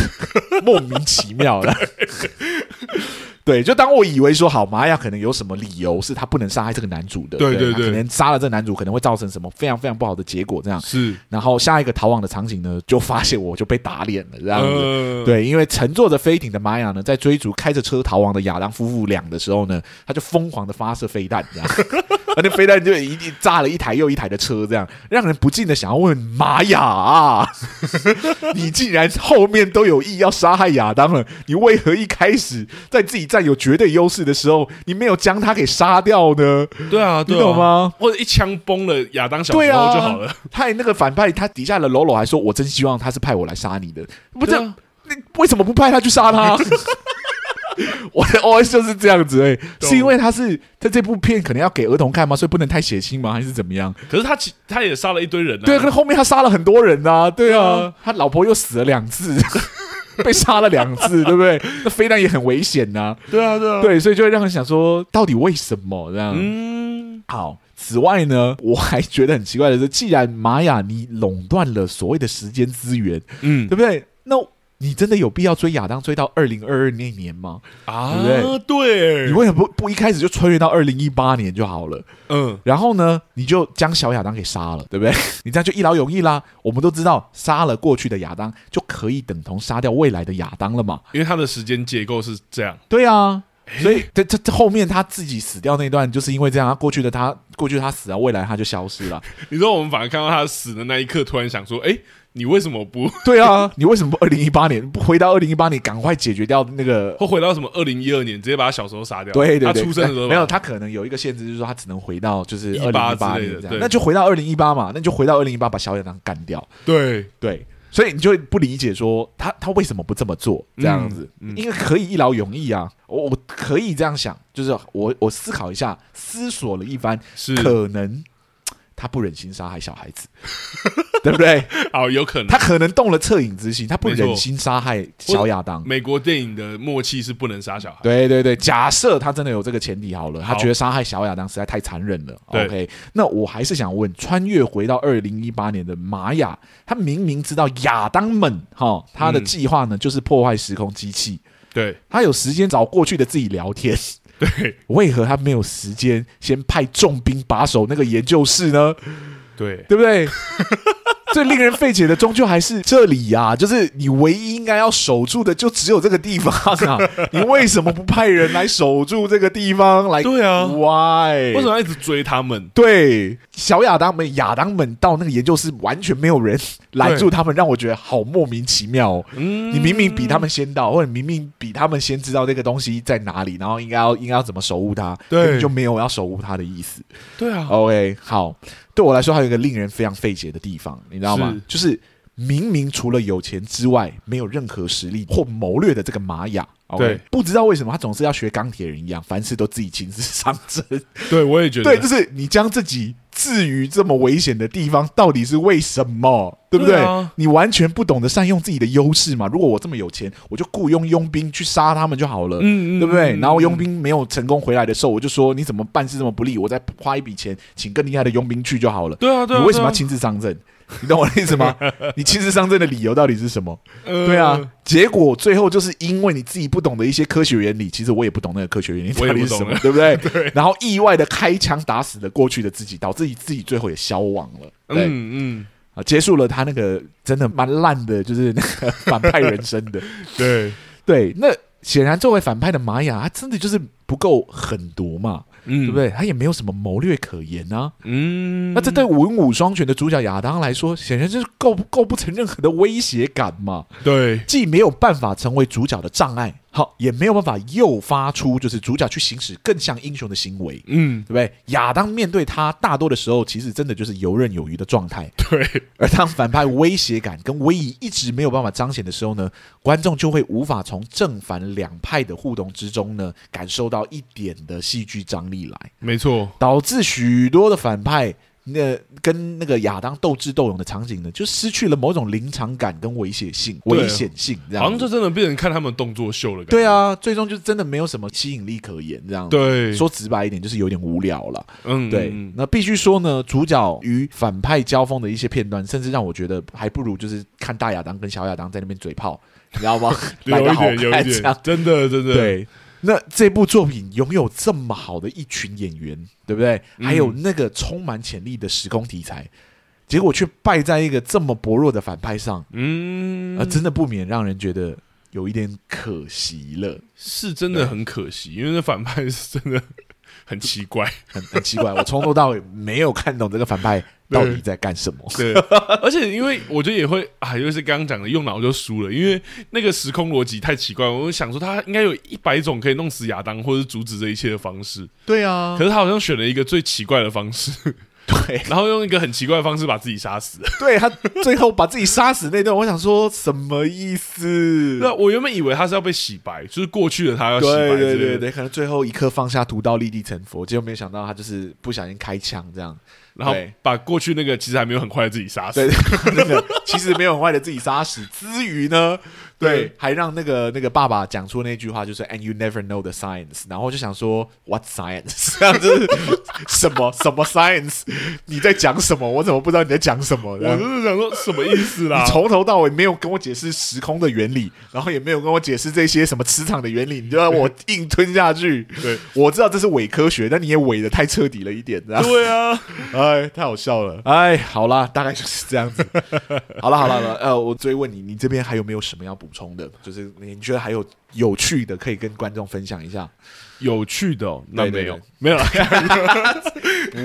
Speaker 2: <laughs> 莫名其妙的。 <laughs> 对，就当我以为说好玛雅可能有什么理由是他不能杀害这个男主的，
Speaker 1: 对对
Speaker 2: 他
Speaker 1: 对
Speaker 2: 可能杀了这个男主可能会造成什么非常非常不好的结果这样。
Speaker 1: 是，
Speaker 2: 然后下一个逃亡的场景呢，就发现我就被打脸了这样子。
Speaker 1: 呃，
Speaker 2: 对，因为乘坐着飞艇的玛雅呢，在追逐开着车逃亡的亚当夫妇俩的时候呢，他就疯狂的发射飞弹，这样，而那飞弹就一定炸了一台又一台的车，这样让人不禁的想要问玛雅啊，你竟然后面都有意要杀害亚当了，你为何一开始在自己占有绝对优势的时候，你没有将他给杀掉呢？
Speaker 1: 对啊，
Speaker 2: 你
Speaker 1: 对啊
Speaker 2: 懂？吗？
Speaker 1: 或者一枪崩了亚当小时
Speaker 2: 对啊，
Speaker 1: 候就好了，。
Speaker 2: 他那个反派，他底下的喽喽还说：“我真希望他是派我来杀你的。”不是
Speaker 1: 对，啊
Speaker 2: 你为什么不派他去
Speaker 1: <laughs>
Speaker 2: 杀他？我的 OS 就是这样子哎、
Speaker 1: 懂
Speaker 2: 是因为他是他这部片可能要给儿童看吗？所以不能太血腥吗？还是怎么样？
Speaker 1: 可是他其他也杀了一堆人啊，
Speaker 2: 对，可是后面他杀了很多人啊，对
Speaker 1: 对
Speaker 2: 啊，他老婆又死了两次， <laughs> 被杀了两次，对不对？那飞弹也很危险呐、
Speaker 1: 对啊，对啊，，
Speaker 2: 对，所以就会让人想说，到底为什么这样？
Speaker 1: 嗯，
Speaker 2: 好，此外呢， <laughs> 我还觉得很奇怪的是，既然玛雅你垄断了所谓的时间资源，
Speaker 1: 嗯
Speaker 2: 对不对？那你真的有必要追亚当追到二零二二那年吗？
Speaker 1: 啊，
Speaker 2: 对
Speaker 1: 对
Speaker 2: 不你为什么不不一开始就穿越到二零一八年就好了？
Speaker 1: 嗯，
Speaker 2: 然后呢，你就将小亚当给杀了，对不对？ <laughs> 你这样就一劳永逸啦。我们都知道，杀了过去的亚当，就可以等同杀掉未来的亚当了嘛？
Speaker 1: 因为他的时间结构是这样，
Speaker 2: 对啊。所以这这这后面他自己死掉那段，就是因为这样，他过去的他过去他死了，未来他就消失了。
Speaker 1: 你知道我们反而看到他死的那一刻，突然想说，哎、你为什么不？
Speaker 2: 对啊，你为什么二零一八年不回到二零一八年，赶快解决掉那个
Speaker 1: 会回到什么二零一二年，直接把他小时候杀掉？
Speaker 2: 对对
Speaker 1: 哦他
Speaker 2: 对，
Speaker 1: 出生的时候
Speaker 2: 没有，他可能有一个限制，就是说他只能回到就是二零
Speaker 1: 18
Speaker 2: 一八
Speaker 1: 之类
Speaker 2: 年
Speaker 1: 的
Speaker 2: 这
Speaker 1: 对
Speaker 2: 样，那就回到二零一八嘛，那就回到二零一八把小野狼干掉。
Speaker 1: 对，
Speaker 2: 对，所以你就会不理解说他他为什么不这么做这样子，
Speaker 1: 嗯嗯
Speaker 2: 因为可以一劳永逸啊。我我可以这样想，就是我我思考一下，思索了一番，
Speaker 1: 是
Speaker 2: 可能他不忍心杀害小孩子， <laughs> 对不对？
Speaker 1: 好哦有可能。
Speaker 2: 他可能动了恻隐之心，他不
Speaker 1: 没错
Speaker 2: 忍心杀害小亚当。
Speaker 1: 美国电影的默契是不能杀小孩，
Speaker 2: 对对对，假设他真的有这个前提好了，他
Speaker 1: 好
Speaker 2: 觉得杀害小亚当实在太残忍了。
Speaker 1: 对
Speaker 2: OK，那我还是想问，穿越回到二零一八年的玛雅，他明明知道亚当们哈，他的
Speaker 1: 嗯
Speaker 2: 计划呢、就是破坏时空机器，
Speaker 1: 对
Speaker 2: 他有时间找过去的自己聊天，
Speaker 1: 对
Speaker 2: 为何他没有时间先派重兵把守那个研究室呢？
Speaker 1: 对，
Speaker 2: 对不对？ <laughs> 最令人费解的，终究还是这里呀、就是你唯一应该要守住的，就只有这个地方啊！你为什么不派人来守住这个地方？来，
Speaker 1: 对啊
Speaker 2: ，Why？
Speaker 1: 为什么要一直追他们？
Speaker 2: 对小亚当们、亚当们到那个研究室，完全没有人拦住他们，让我觉得好莫名其妙、哦。
Speaker 1: 嗯，
Speaker 2: 你明明比他们先到，或者明明比他们先知道这个东西在哪里，然后应该要应该要怎么守护它，
Speaker 1: 对
Speaker 2: 根本就没有要守护它的意思。
Speaker 1: 对啊，
Speaker 2: <laughs> OK，好，对我来说还有一个令人非常费解的地方，你知道吗
Speaker 1: 是？
Speaker 2: 就是明明除了有钱之外，没有任何实力或谋略的这个玛雅。OK，
Speaker 1: 对
Speaker 2: 不知道为什么他总是要学钢铁人一样，凡事都自己亲自上阵。
Speaker 1: 对我也觉得
Speaker 2: 对，就是你将自己置于这么危险的地方，到底是为什么？对不对？
Speaker 1: 对啊
Speaker 2: 你完全不懂得善用自己的优势嘛。如果我这么有钱，我就雇佣佣兵去杀他们就好了。
Speaker 1: 嗯嗯
Speaker 2: 对不对？
Speaker 1: 嗯
Speaker 2: 然后佣兵没有成功回来的时候，我就说你怎么办事这么不利？我再花一笔钱请更厉害的佣兵去就好了。
Speaker 1: 对啊对啊，
Speaker 2: 你为什么要
Speaker 1: 对
Speaker 2: 亲自上阵？你懂我的意思
Speaker 1: <laughs>
Speaker 2: 吗？你亲自上阵的理由到底是什么？
Speaker 1: 啊？呃
Speaker 2: 对啊，，结果最后就是因为你自己不懂得一些科学原理，其实我也不懂那个科学原理
Speaker 1: 我也
Speaker 2: 到
Speaker 1: 不
Speaker 2: 底是
Speaker 1: 懂
Speaker 2: 什么
Speaker 1: 了，
Speaker 2: 对不
Speaker 1: <laughs>
Speaker 2: 对？然后意外的开枪打死了过去的自己，导致你自己最后也消亡了。对、
Speaker 1: 嗯嗯，
Speaker 2: 啊，结束了他那个真的蛮烂的，就是那个反派人生的。
Speaker 1: 对，
Speaker 2: 对，那显然作为反派的玛雅，他真的就是不够狠毒嘛，
Speaker 1: 嗯，
Speaker 2: 对不？对？他也没有什么谋略可言啊。
Speaker 1: 嗯，
Speaker 2: 那这对文武双全的主角亚当来说，显然就是构构不成任何的威胁感嘛，
Speaker 1: 对
Speaker 2: 既没有办法成为主角的障碍，好，也没有办法诱发出就是主角去行使更像英雄的行为。
Speaker 1: 嗯
Speaker 2: 对不对？亚当面对他大多的时候，其实真的就是游刃有余的状态。
Speaker 1: <laughs> 对
Speaker 2: 而当反派威胁感跟威仪一直没有办法彰显的时候呢，观众就会无法从正反两派的互动之中呢，感受到一点的戏剧张力来，
Speaker 1: 没错，
Speaker 2: 导致许多的反派那、跟那个亚当斗智斗勇的场景呢，就失去了某种临场感跟危险性、
Speaker 1: 对啊
Speaker 2: 危险性这
Speaker 1: 好
Speaker 2: 样
Speaker 1: 像
Speaker 2: 子。
Speaker 1: 就真的变成看他们动作秀了。
Speaker 2: 对，啊，最终就真的没有什么吸引力可言，这样子。
Speaker 1: 对，
Speaker 2: 说直白一点，就是有点无聊了。
Speaker 1: 嗯，
Speaker 2: 对
Speaker 1: 嗯，
Speaker 2: 那必须说呢，主角与反派交锋的一些片段，甚至让我觉得还不如就是看大亚当跟小亚当在那边嘴炮，你知
Speaker 1: <laughs>
Speaker 2: 道吗？ <laughs> 来
Speaker 1: 有
Speaker 2: 的
Speaker 1: 一
Speaker 2: 好
Speaker 1: 点，有一
Speaker 2: 看这
Speaker 1: 点
Speaker 2: 样，。
Speaker 1: 真的，真的，，
Speaker 2: 对，那这部作品拥有这么好的一群演员，对不对？
Speaker 1: 嗯
Speaker 2: 还有那个充满潜力的时空题材，结果却败在一个这么薄弱的反派上，
Speaker 1: 嗯
Speaker 2: 啊，，真的不免让人觉得有一点可惜了。
Speaker 1: 是真的很可惜，因为那反派是真的很奇
Speaker 2: <laughs>
Speaker 1: 怪。
Speaker 2: 很很奇怪，我从头到尾没有看懂这个反派到底在干什么。
Speaker 1: 对，而且因为我觉得也会啊，又是刚刚讲的用脑就输了，因为那个时空逻辑太奇怪。我想说他应该有一百种可以弄死亚当或者是阻止这一切的方式，
Speaker 2: 对啊
Speaker 1: 可，是他好像选了一个最奇怪的方式， <laughs>
Speaker 2: 对，
Speaker 1: 然后用一个很奇怪的方式把自己杀死。
Speaker 2: 对他最后把自己杀死那段，我想说什么意思？
Speaker 1: <laughs> 那我原本以为他是要被洗白，就是过去的他要洗白之
Speaker 2: 对对
Speaker 1: 类
Speaker 2: 对
Speaker 1: 的，
Speaker 2: 对，可能最后一刻放下屠刀立地成佛，结果没想到他就是不小心开枪这样。
Speaker 1: 然后
Speaker 2: 对
Speaker 1: 把过去那个其实还没有很快的自己杀死
Speaker 2: <laughs> 对。，那个其实没有很坏的自己杀死之余呢，对
Speaker 1: 对，
Speaker 2: 还让那个那个爸爸讲出那句话，就是 “and you never know the science”，然后我就想说 “what science”，这样 <laughs> 就是什么什么 science，你在讲什么？我怎么不知道你在讲什么？这
Speaker 1: 我
Speaker 2: 样
Speaker 1: 就是想说什么意思啦
Speaker 2: <laughs> 你？从头到尾没有跟我解释时空的原理，然后也没有跟我解释这些什么磁场的原理，你就让我硬吞
Speaker 1: <laughs>
Speaker 2: 下去。
Speaker 1: 对
Speaker 2: 我知道这是伪科学，但你也伪的太彻底了一点，然后
Speaker 1: 对啊，
Speaker 2: 哎，太好笑了。哎，好啦，大概就是
Speaker 1: <laughs>
Speaker 2: 这样子。好了，好了，好了呃，我追问你，你这边还有没有什么要补充的？就是你觉得还有有趣的可以跟观众分享一下？
Speaker 1: 有趣的、哦，那
Speaker 2: 对对
Speaker 1: 没有
Speaker 2: 对
Speaker 1: 没有
Speaker 2: <laughs>
Speaker 1: 啦，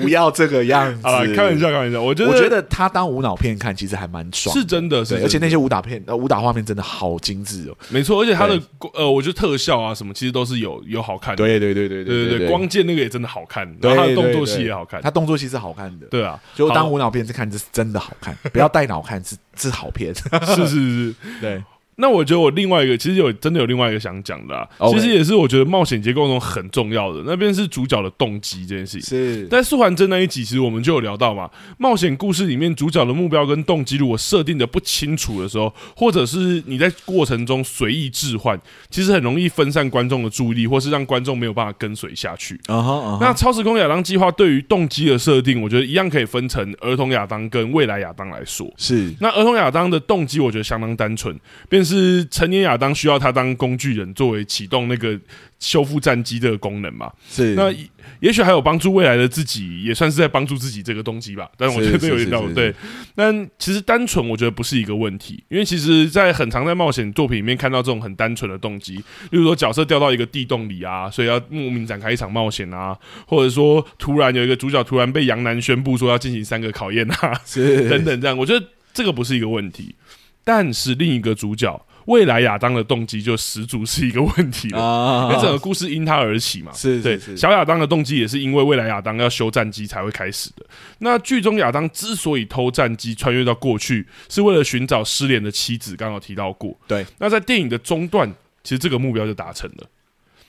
Speaker 2: 不要这个样子，
Speaker 1: <laughs> 好啦，开玩。笑，开玩笑。我觉得
Speaker 2: 我觉得他当无脑片看其实还蛮爽，
Speaker 1: 是真的，是
Speaker 2: 对，而且
Speaker 1: 真的
Speaker 2: 那些武打片、呃武打画面真的好精致哦。
Speaker 1: 没错，而且它的
Speaker 2: 对
Speaker 1: 呃，我觉得特效啊什么，其实都是有有好看的。
Speaker 2: 对对对对
Speaker 1: 对
Speaker 2: 对
Speaker 1: 对，光剑那个也真的好看，
Speaker 2: 对
Speaker 1: 然后它的动
Speaker 2: 对
Speaker 1: 作
Speaker 2: 对
Speaker 1: 戏也好看。
Speaker 2: 他动作戏是好看的，
Speaker 1: 对啊，
Speaker 2: 就当
Speaker 1: 好
Speaker 2: 无脑片是看是真的好
Speaker 1: <laughs>
Speaker 2: 看，不要带脑看是是好片。
Speaker 1: 是是是。
Speaker 2: 对，
Speaker 1: 那我觉得我另外一个其实有真的有另外一个想讲的、啊
Speaker 2: OK
Speaker 1: 其实也是我觉得冒险结构中很重要的，那边是主角的动机这件事情。
Speaker 2: <laughs> 是
Speaker 1: 在素还真那一集，其实我们就有聊到嘛，冒险故事里面主角的目标跟动机如果设定的不清楚的时候，或者是你在过程中随意置换，其实很容易分散观众的注意力，或是让观众没有办法跟随下去。
Speaker 2: 啊哈啊哈
Speaker 1: 那超时空亚当计划对于动机的设定，我觉得一样可以分成儿童亚当跟未来亚当来说。
Speaker 2: 是
Speaker 1: 那儿童亚当的动机，我觉得相当单纯，便是成年亚当需要他当工具人，作为启动那个修复战机这个功能嘛。
Speaker 2: 是
Speaker 1: 那也也许还有帮助未来的自己，也算是在帮助自己这个动机吧。但是我觉得
Speaker 2: 是
Speaker 1: 这有点
Speaker 2: 是是
Speaker 1: 道理。
Speaker 2: 是
Speaker 1: 对，但其实单纯我觉得不是一个问题，因为其实，在很常在冒险作品里面看到这种很单纯的动机，例如说角色掉到一个地洞里啊，所以要莫名展开一场冒险啊，或者说突然有一个主角突然被杨楠宣布说要进行三个考验
Speaker 2: <laughs>
Speaker 1: 啊，
Speaker 2: 是
Speaker 1: 等等这样，我觉得这个不是一个问题。但是另一个主角未来亚当的动机就十足是一个问题了。
Speaker 2: 啊
Speaker 1: 因为整个故事因他而起嘛，
Speaker 2: 是
Speaker 1: 对
Speaker 2: 是是
Speaker 1: 小亚当的动机也是因为未来亚当要修战机才会开始的。那剧中亚当之所以偷战机穿越到过去，是为了寻找失联的妻子，刚好提到过。
Speaker 2: 对，
Speaker 1: 那在电影的中段，其实这个目标就达成了。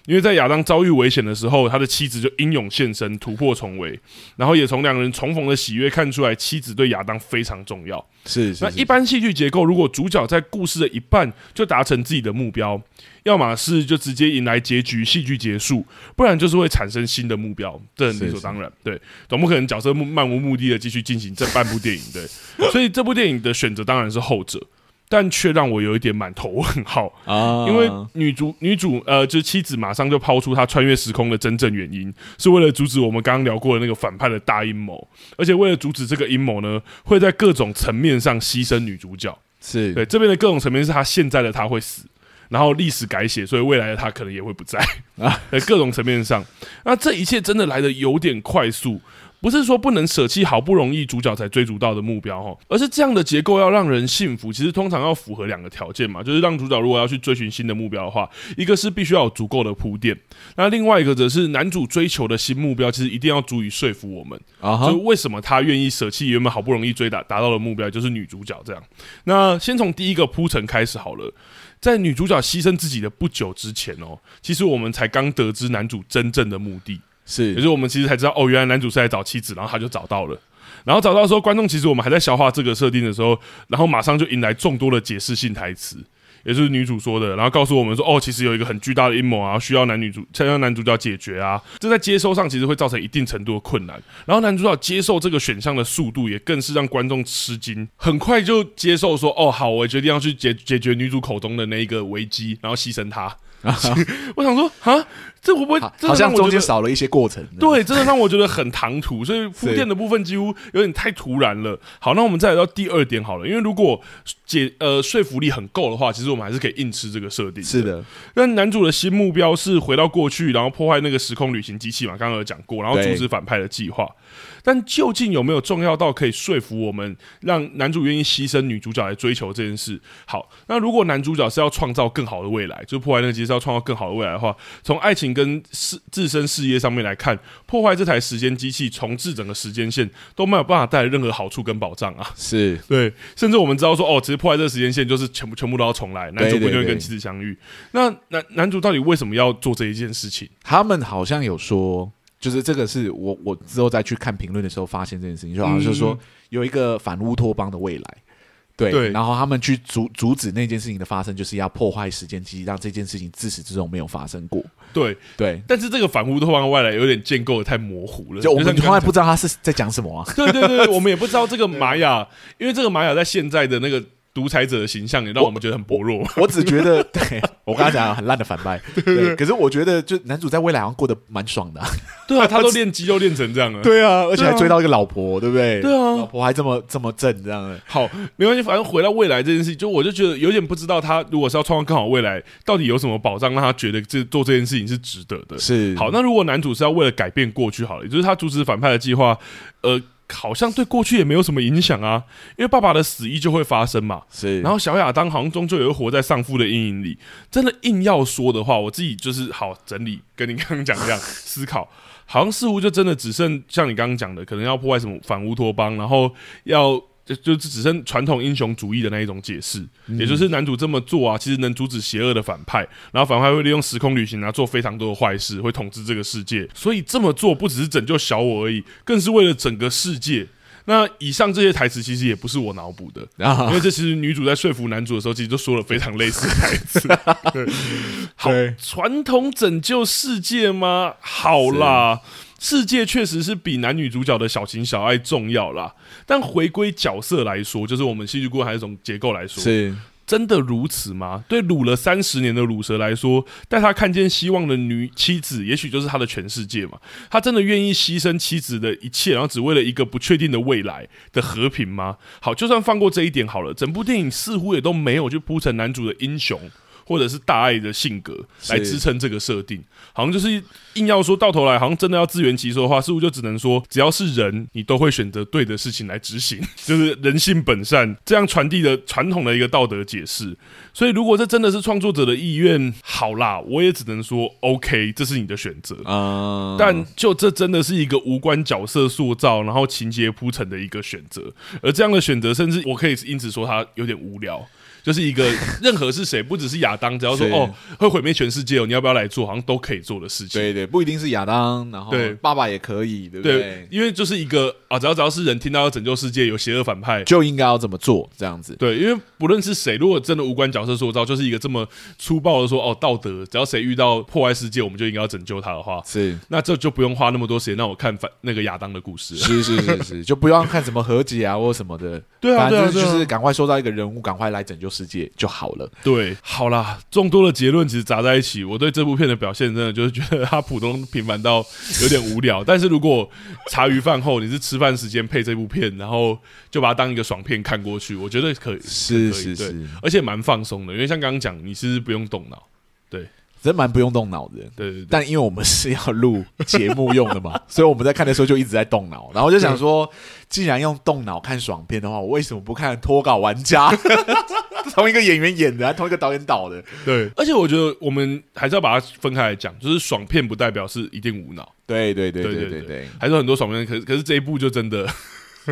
Speaker 1: 因为在亚当遭遇危险的时候，他的妻子就英勇现身，突破重围，然后也从两人重逢的喜悦看出来，妻子对亚当非常重要。
Speaker 2: 是是
Speaker 1: 那一般戏剧结构，如果主角在故事的一半就达成自己的目标，要么是就直接迎来结局，戏剧结束，不然就是会产生新的目标，这很理所当然。对，总不可能角色目漫无目的的继续进行这半部电影。对，所以这部电影的选择当然是后者，但却让我有一点满头问号。
Speaker 2: 啊
Speaker 1: 因为女主女主呃，就是妻子马上就抛出她穿越时空的真正原因，是为了阻止我们刚刚聊过的那个反派的大阴谋，而且为了阻止这个阴谋呢，会在各种层面上牺牲女主角。
Speaker 2: 是
Speaker 1: 对，这边的各种层面是她现在的她会死，然后历史改写，所以未来的她可能也会不在 <laughs>
Speaker 2: 啊
Speaker 1: 啊。在各种层面上，那这一切真的来的有点快速。不是说不能舍弃好不容易主角才追逐到的目标哦，而是这样的结构要让人信服，其实通常要符合两个条件嘛，就是让主角如果要去追寻新的目标的话，一个是必须要有足够的铺垫，那另外一个则是男主追求的新目标，其实一定要足以说服我们。
Speaker 2: 啊
Speaker 1: 就
Speaker 2: 哈
Speaker 1: 是为什么他愿意舍弃原本好不容易追打达到的目标，就是女主角这样。那先从第一个铺陈开始好了，在女主角牺牲自己的不久之前哦，其实我们才刚得知男主真正的目的，也就是是我们其实才知道哦，原来男主是来找妻子，然后他就找到了。然后找到的时候，观众其实我们还在消化这个设定的时候，然后马上就迎来众多的解释性台词，也就是女主说的，然后告诉我们说，哦，其实有一个很巨大的阴谋啊，需要男女主需要男主角解决啊，这在接收上其实会造成一定程度的困难。然后男主角接受这个选项的速度也更是让观众吃惊，很快就接受说，哦，好，我决定要去解解决女主口中的那一个危机，然后牺牲
Speaker 2: <laughs>
Speaker 1: 她。我想说，啊，这会不会
Speaker 2: 好
Speaker 1: 这
Speaker 2: 好
Speaker 1: 让
Speaker 2: 像
Speaker 1: 我
Speaker 2: 中
Speaker 1: 觉得
Speaker 2: 间少了一些过程。
Speaker 1: 对，真的让我觉得很唐突，所以铺
Speaker 2: 是
Speaker 1: 垫的部分几乎有点太突然了。好，那我们再来到第二点好了，因为如果解呃说服力很够的话，其实我们还是可以硬吃这个设定。
Speaker 2: 是的，
Speaker 1: 那男主的新目标是回到过去，然后破坏那个时空旅行机器嘛，刚刚有讲过，然后阻
Speaker 2: 对
Speaker 1: 止反派的计划。但究竟有没有重要到可以说服我们，让男主愿意牺牲女主角来追求这件事？好，那如果男主角是要创造更好的未来，就破坏那个机是要创造更好的未来的话，从爱情跟事自身事业上面来看，破坏这台时间机器，重置整个时间线，都没有办法带来任何好处跟保障啊。
Speaker 2: 是
Speaker 1: 对，甚至我们知道说，哦，其实破坏这个时间线就是全部全部都要重来，男主
Speaker 2: 对
Speaker 1: 不就会
Speaker 2: 对
Speaker 1: 跟妻子相遇。那男男主到底为什么要做这一件事情？
Speaker 2: 他们好像有说，就是这个是我我之后再去看评论的时候发现这件事情，就好像就是说
Speaker 1: 嗯
Speaker 2: 有一个反乌托邦的未来。对，
Speaker 1: 对
Speaker 2: 然后他们去阻阻止那件事情的发生，就是要破坏时间机，让这件事情自始至终没有发生过。
Speaker 1: 对，
Speaker 2: 对，
Speaker 1: 但是这个反乌托邦外来有点建构的太模糊了，
Speaker 2: 就我们
Speaker 1: 像
Speaker 2: 从来
Speaker 1: 刚
Speaker 2: <laughs> 不知道他是在讲什么啊。 <laughs>
Speaker 1: 对对对，我们也不知道这个玛雅，因为这个玛雅在现在的那个独裁者的形象也让我们觉得很薄弱。
Speaker 2: 我 <laughs> 只觉得，对我刚才讲很烂的反
Speaker 1: <laughs>
Speaker 2: 派，对。可是我觉得，就男主在未来好像过得蛮爽的啊、
Speaker 1: 对啊，他都练肌肉练成这样了。
Speaker 2: 对啊， <laughs> 而且还
Speaker 1: <laughs> 对啊
Speaker 2: 追到一个老婆，对不对？
Speaker 1: 对啊
Speaker 2: 老婆还这么这么正，这样的。
Speaker 1: 好，没关系，反正回到未来这件事情，就我就觉得有点不知道他如果是要创造更好的未来，到底有什么保障让他觉得这做这件事情是值得的。
Speaker 2: 是
Speaker 1: 好，那如果男主是要为了改变过去好了，也就是他阻止反派的计划，呃，好像对过去也没有什么影响啊，因为爸爸的死依旧会发生嘛。
Speaker 2: 是，
Speaker 1: 然后小亚当好像终究也会活在丧父的阴影里。真的硬要说的话，我自己就是好整理，跟你刚刚讲一样思考，好像似乎就真的只剩像你刚刚讲的，可能要破坏什么反乌托邦，然后要。就就只剩传统英雄主义的那一种解释，也就是男主这么做啊，其实能阻止邪恶的反派，然后反派会利用时空旅行啊做非常多的坏事，会统治这个世界。所以这么做不只是拯救小我而已，更是为了整个世界。那以上这些台词其实也不是我脑补的，
Speaker 2: <laughs>
Speaker 1: <laughs> 因
Speaker 2: 啊，
Speaker 1: 为这其实女主在说服男主的时候，其实就说了非常类似的台词。对，好
Speaker 2: 对，
Speaker 1: 传统拯救世界吗？好啦，世界确实是比男女主角的小情小爱重要啦。但回归角色来说，就是我们戏剧顾问还是从结构来说，
Speaker 2: 是
Speaker 1: 真的如此吗？对鲁了三十年的鲁蛇来说，带他看见希望的女妻子，也许就是他的全世界嘛。他真的愿意牺牲妻子的一切，然后只为了一个不确定的未来的和平吗？好，就算放过这一点好了，整部电影似乎也都没有去铺陈男主的英雄。或者是大爱的性格来支撑这个设定，好像就是硬要说到头来，好像真的要自圆其说的话，似乎就只能说，只要是人，你都会选择对的事情来执行， <laughs> 就是人性本善这样传递的传统的一个道德解释。所以，如果这真的是创作者的意愿，好啦，我也只能说 OK，这是你的选择。
Speaker 2: 嗯，
Speaker 1: 但就这真的是一个无关角色塑造，然后情节铺陈的一个选择，而这样的选择，甚至我可以因此说它有点无聊。就是一个任何是谁，不只是亚当，只要说
Speaker 2: 是
Speaker 1: 哦会毁灭全世界哦，你要不要来做，好像都可以做的事情。
Speaker 2: 对对，不一定是亚当，然后
Speaker 1: 对
Speaker 2: 爸爸也可以，对不
Speaker 1: 对
Speaker 2: 对，？
Speaker 1: 因为就是一个啊，只要只要是人听到要拯救世界，有邪恶反
Speaker 2: <laughs>
Speaker 1: 派，
Speaker 2: 就应该要这么做，这样子。
Speaker 1: 对，因为不论是谁，如果真的无关角色塑造，就是一个这么粗暴的说哦道德，只要谁遇到破坏世界，我们就应该要拯救他的话，
Speaker 2: 是
Speaker 1: 那这就不用花那么多时间让我看反那个亚当的故事了。
Speaker 2: 是是是是， <laughs> 就不要看什么和解啊或什么的，
Speaker 1: 对啊，
Speaker 2: 反
Speaker 1: 对啊，
Speaker 2: 正就
Speaker 1: 对
Speaker 2: 是
Speaker 1: 啊
Speaker 2: 就是赶快收到一个人物，赶快来拯救世界就好了。
Speaker 1: 对，好啦，众多的结论其实砸在一起，我对这部片的表现真的就是觉得它普通平凡到有点无聊。但是如果茶余饭后你是吃饭时间配这部片，然后就把它当一个爽片看过去，我觉得可以，
Speaker 2: 是
Speaker 1: 可以
Speaker 2: 是
Speaker 1: 对
Speaker 2: 是，
Speaker 1: 而且蛮放松的，因为像刚刚讲，你是不用动脑，
Speaker 2: 真蛮不用动脑的。
Speaker 1: 对对对，
Speaker 2: 但因为我们是要录节目用的嘛， <laughs> 所以我们在看的时候就一直在动脑，然后我就想说，既然用动脑看爽片的话，我为什么不看《脱稿玩家》？ <laughs> 同一个演员演的，还同一个导演导的，
Speaker 1: 对，而且我觉得我们还是要把它分开来讲，就是爽片不代表是一定无脑，
Speaker 2: 对对对
Speaker 1: 对
Speaker 2: 对
Speaker 1: 对
Speaker 2: 对对，
Speaker 1: 还是很多爽片，可是可是这一部就真的。 <laughs>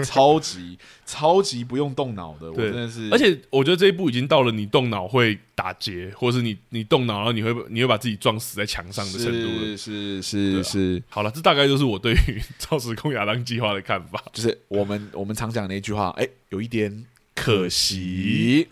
Speaker 2: 超级超级不用动脑的，我
Speaker 1: 对
Speaker 2: 真的是，
Speaker 1: 而且我觉得这一步已经到了你动脑会打结，或是你你动脑，然后你会你会把自己撞死在墙上的程度了。
Speaker 2: 是
Speaker 1: 对
Speaker 2: 是是
Speaker 1: 啊
Speaker 2: 是，
Speaker 1: 好了，这大概就是我对于 <laughs> 超时空亚当计划的看
Speaker 2: <laughs>
Speaker 1: 法。
Speaker 2: 就是我们我们常讲的一句话，哎，有一点
Speaker 1: 可惜，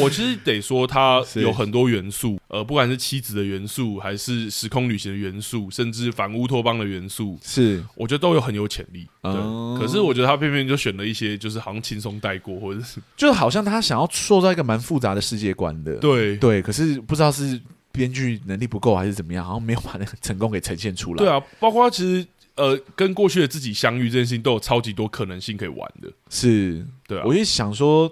Speaker 1: 我其实得说它
Speaker 2: 是
Speaker 1: 有很多元素，呃，不管是妻子的元素，还是时空旅行的元素，甚至反乌托邦的元素，
Speaker 2: 是
Speaker 1: 我觉得都有很有潜力。对，
Speaker 2: 哦
Speaker 1: 可是我觉得他偏偏就选了一些就是好像轻松带过，或者是
Speaker 2: 就好像他想要塑造一个蛮复杂的世界观的，
Speaker 1: 对
Speaker 2: <laughs> 对，可是不知道是编剧能力不够还是怎么样，好像没有把那个成功给呈现出来。
Speaker 1: 对，啊，包括其实呃跟过去的自己相遇这件事情都有超级多可能性可以玩的。
Speaker 2: 是，
Speaker 1: 对啊，
Speaker 2: 我就想说，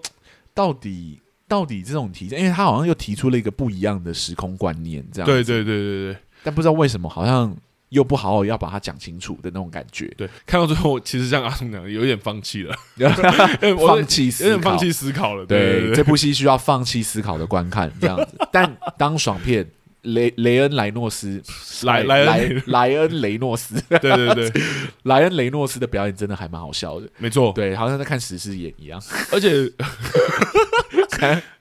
Speaker 2: 到底到底这种题材，因为他好像又提出了一个不一样的时空观念，这样，
Speaker 1: 对对对对对
Speaker 2: 但不知道为什么好像又不好好要把它讲清楚的那种感觉，
Speaker 1: 对，看到最后，其实像阿松讲，的，有点放弃了，有点 <laughs> 我
Speaker 2: <laughs> 放弃
Speaker 1: 有
Speaker 2: 思
Speaker 1: 点
Speaker 2: 考
Speaker 1: 放。弃思考了。对
Speaker 2: 对
Speaker 1: 对，
Speaker 2: 这
Speaker 1: 对
Speaker 2: 部戏需要放弃思考的观看，这样子。但当爽
Speaker 1: <laughs>
Speaker 2: 片，雷雷恩莱诺斯，
Speaker 1: 莱莱
Speaker 2: 莱
Speaker 1: <laughs> 恩雷
Speaker 2: 莱恩雷诺斯，
Speaker 1: 对
Speaker 2: <laughs>
Speaker 1: 对对，
Speaker 2: 莱恩雷诺斯的表演真的还蛮好笑的，
Speaker 1: 没错。
Speaker 2: 对，好像在看史诗演一样。
Speaker 1: 而
Speaker 2: <laughs>
Speaker 1: 且 <laughs>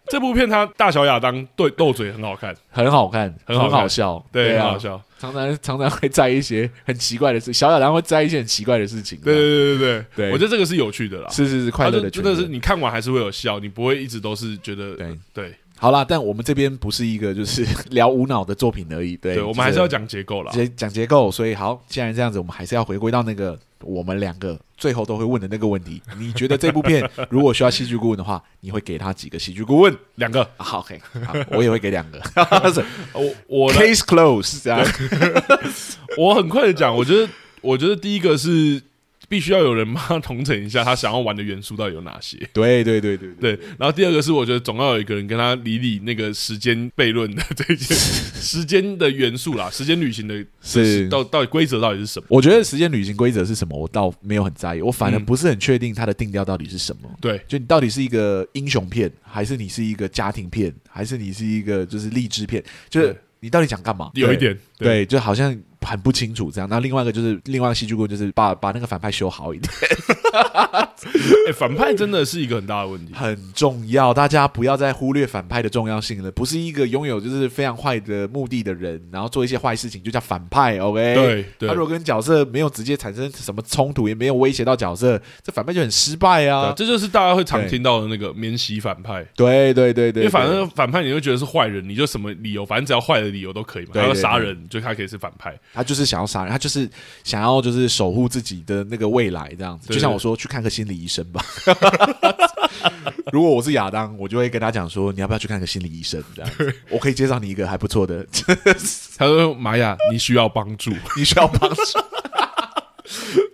Speaker 1: 这部片它大小亚当对斗嘴很好看，
Speaker 2: 很好看，
Speaker 1: 很好看
Speaker 2: 笑，
Speaker 1: 对，很
Speaker 2: 啊，
Speaker 1: 好笑。
Speaker 2: 常常常常会在一些很奇怪的事，小小然会在一些很奇怪的事情，
Speaker 1: 对对对对
Speaker 2: 对
Speaker 1: 我觉得这个是有趣的啦。
Speaker 2: 是是是
Speaker 1: 它
Speaker 2: 快乐
Speaker 1: 就
Speaker 2: 的，
Speaker 1: 真的是。你看完还是会有笑，你不会一直都是觉得
Speaker 2: 对
Speaker 1: 对
Speaker 2: 好啦，但我们这边不是一个就是 <laughs> 聊无脑的作品而已，对，
Speaker 1: 对，我们还是要讲结构啦。
Speaker 2: 结讲结构。所以好，既然这样子，我们还是要回归到那个我们两个最后都会问的那个问题。 <laughs> 你觉得这部片如果需要戏剧顾问的话，你会给他几个戏剧顾问？
Speaker 1: 两个，
Speaker 2: <laughs> 啊好，OK，好，我也会给两 <laughs> 个。是
Speaker 1: 我我来
Speaker 2: <laughs> Case close 是这样，
Speaker 1: 我很快的讲，我觉得我觉得第一个是必须要有人帮他统整一下他想要玩的元素到底有哪些。
Speaker 2: 对对对对对，
Speaker 1: 对，然后第二个是我觉得总要有一个人跟他理理那个时间悖论的这一件时间的元素
Speaker 2: <laughs>
Speaker 1: 啦，时间旅行的
Speaker 2: 是
Speaker 1: 到到底规则到底是什么？
Speaker 2: 我觉得时间旅行规则是什么，我倒没有很在意，我反而
Speaker 1: 嗯
Speaker 2: 不是很确定它的定调到底是什么。
Speaker 1: 对，
Speaker 2: 就你到底是一个英雄片，还是你是一个家庭片，还是你是一个就是励志片？就是
Speaker 1: 对
Speaker 2: 你到底想干嘛？
Speaker 1: 有一点
Speaker 2: 对，对，就好像很不清楚这样。那另外一个就是另外一个戏剧顾问，就是把把那个反派修好
Speaker 1: <laughs>
Speaker 2: 一点，
Speaker 1: 哎，反派真的是一个很大的
Speaker 2: <laughs>
Speaker 1: 问题。
Speaker 2: 很重要。大家不要再忽略反派的重要性了。不是一个拥有就是非常坏的目的的人，然后做一些坏事情就叫反派。OK，
Speaker 1: 对对
Speaker 2: 哎他如果跟角色没有直接产生什么冲突，也没有威胁到角色，这反派就很失败
Speaker 1: 对
Speaker 2: 啊。
Speaker 1: 这就是大家会常
Speaker 2: 对
Speaker 1: 听到的那个免洗反派，
Speaker 2: 对对对对，
Speaker 1: 因为反
Speaker 2: 对
Speaker 1: 正反派你会觉得是坏人，你就什么理由，反正只要坏的理由都可以嘛。
Speaker 2: 对
Speaker 1: 他要
Speaker 2: 对
Speaker 1: 杀
Speaker 2: 对
Speaker 1: 人，就他可以是反派。
Speaker 2: 他就是想要杀人，他就是想要就是守护自己的那个未来这样子。
Speaker 1: 对
Speaker 2: 就像我说，去看个心理医生吧。 <laughs> 如果我是亚当，我就会跟他讲说，你要不要去看个心理医生？这样子，我可以介绍你一个还不错的， <laughs>
Speaker 1: 他说：“玛雅，你需要帮助。
Speaker 2: 你需要帮助。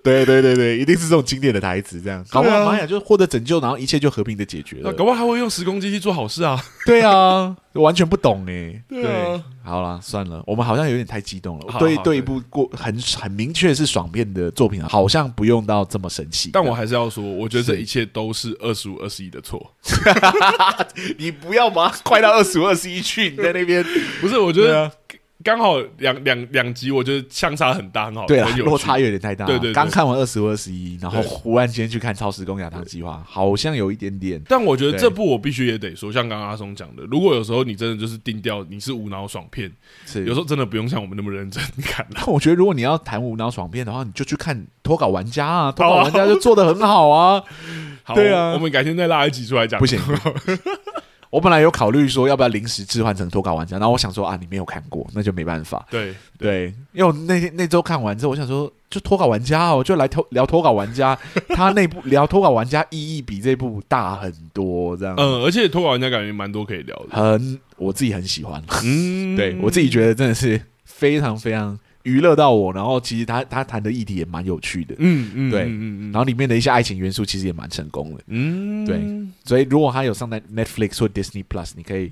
Speaker 2: 对对对对，一定是这种经典的台词，这样搞不好玛雅就获得拯救，然后一切就和平的解决”
Speaker 1: 啊那
Speaker 2: 了。
Speaker 1: 搞不好他会用时空机器做好事啊！
Speaker 2: <laughs> 对啊，完全不懂哎。
Speaker 1: 对啊，
Speaker 2: 好啦，算了，我们好像有点太激动了。
Speaker 1: 好
Speaker 2: 对
Speaker 1: 好啊
Speaker 2: 对，
Speaker 1: 对
Speaker 2: 一部过很很明确是爽片的作品，好像不用到这么神奇。
Speaker 1: 但我还是要说，我觉得这
Speaker 2: 是
Speaker 1: 一切都是二十五、二十一的错。
Speaker 2: 你不要嘛，快到二十五、二十一去，你在那边。
Speaker 1: 不是，我觉
Speaker 2: 对
Speaker 1: 得
Speaker 2: 啊
Speaker 1: 刚好两两两集，我觉得相差很大，很好，
Speaker 2: 对
Speaker 1: 啊很
Speaker 2: 了，
Speaker 1: 有趣
Speaker 2: 落差有点太大。
Speaker 1: 对对对
Speaker 2: 刚看完二十五、二十一，然后
Speaker 1: 对
Speaker 2: 忽然间去看《超时空亚当计划》，好像有一点点。
Speaker 1: 但我觉得
Speaker 2: 对
Speaker 1: 这部我必须也得说，像刚刚阿松讲的，如果有时候你真的就是定调你是无脑爽片，
Speaker 2: 是
Speaker 1: 有时候真的不用像我们那么
Speaker 2: <laughs>
Speaker 1: 认真看了。
Speaker 2: 但我觉得，如果你要谈无脑爽片的话，你就去看《脱稿玩家》啊，《脱稿
Speaker 1: 好啊
Speaker 2: 玩家》就做的很好啊。
Speaker 1: 好，
Speaker 2: 对啊
Speaker 1: 我们改天再拉一集出来讲。<laughs>
Speaker 2: 不行，我本来有考虑说要不要临时置换成《脱稿玩家》，然后我想说啊，你没有看过，那就没办法。
Speaker 1: 对
Speaker 2: 对，啊因为我那天那周看完之后，我想说，就脱稿玩家哦，就来投聊脱稿玩
Speaker 1: <laughs>
Speaker 2: 家，他那部聊脱稿玩家意义比这部大很多，这样，
Speaker 1: 嗯，而且脱稿玩家感觉蛮多可以聊的。
Speaker 2: 很我自己很喜欢，
Speaker 1: 嗯，
Speaker 2: <laughs> 对我自己觉得真的是非常非常娱乐到我，然后其实他他谈的议题也蛮有趣的，
Speaker 1: 嗯嗯，
Speaker 2: 对
Speaker 1: 嗯嗯
Speaker 2: 然后里面的一些爱情元素其实也蛮成功的，
Speaker 1: 嗯，
Speaker 2: 对所以如果他有上在 Netflix 或 Disney Plus，你可以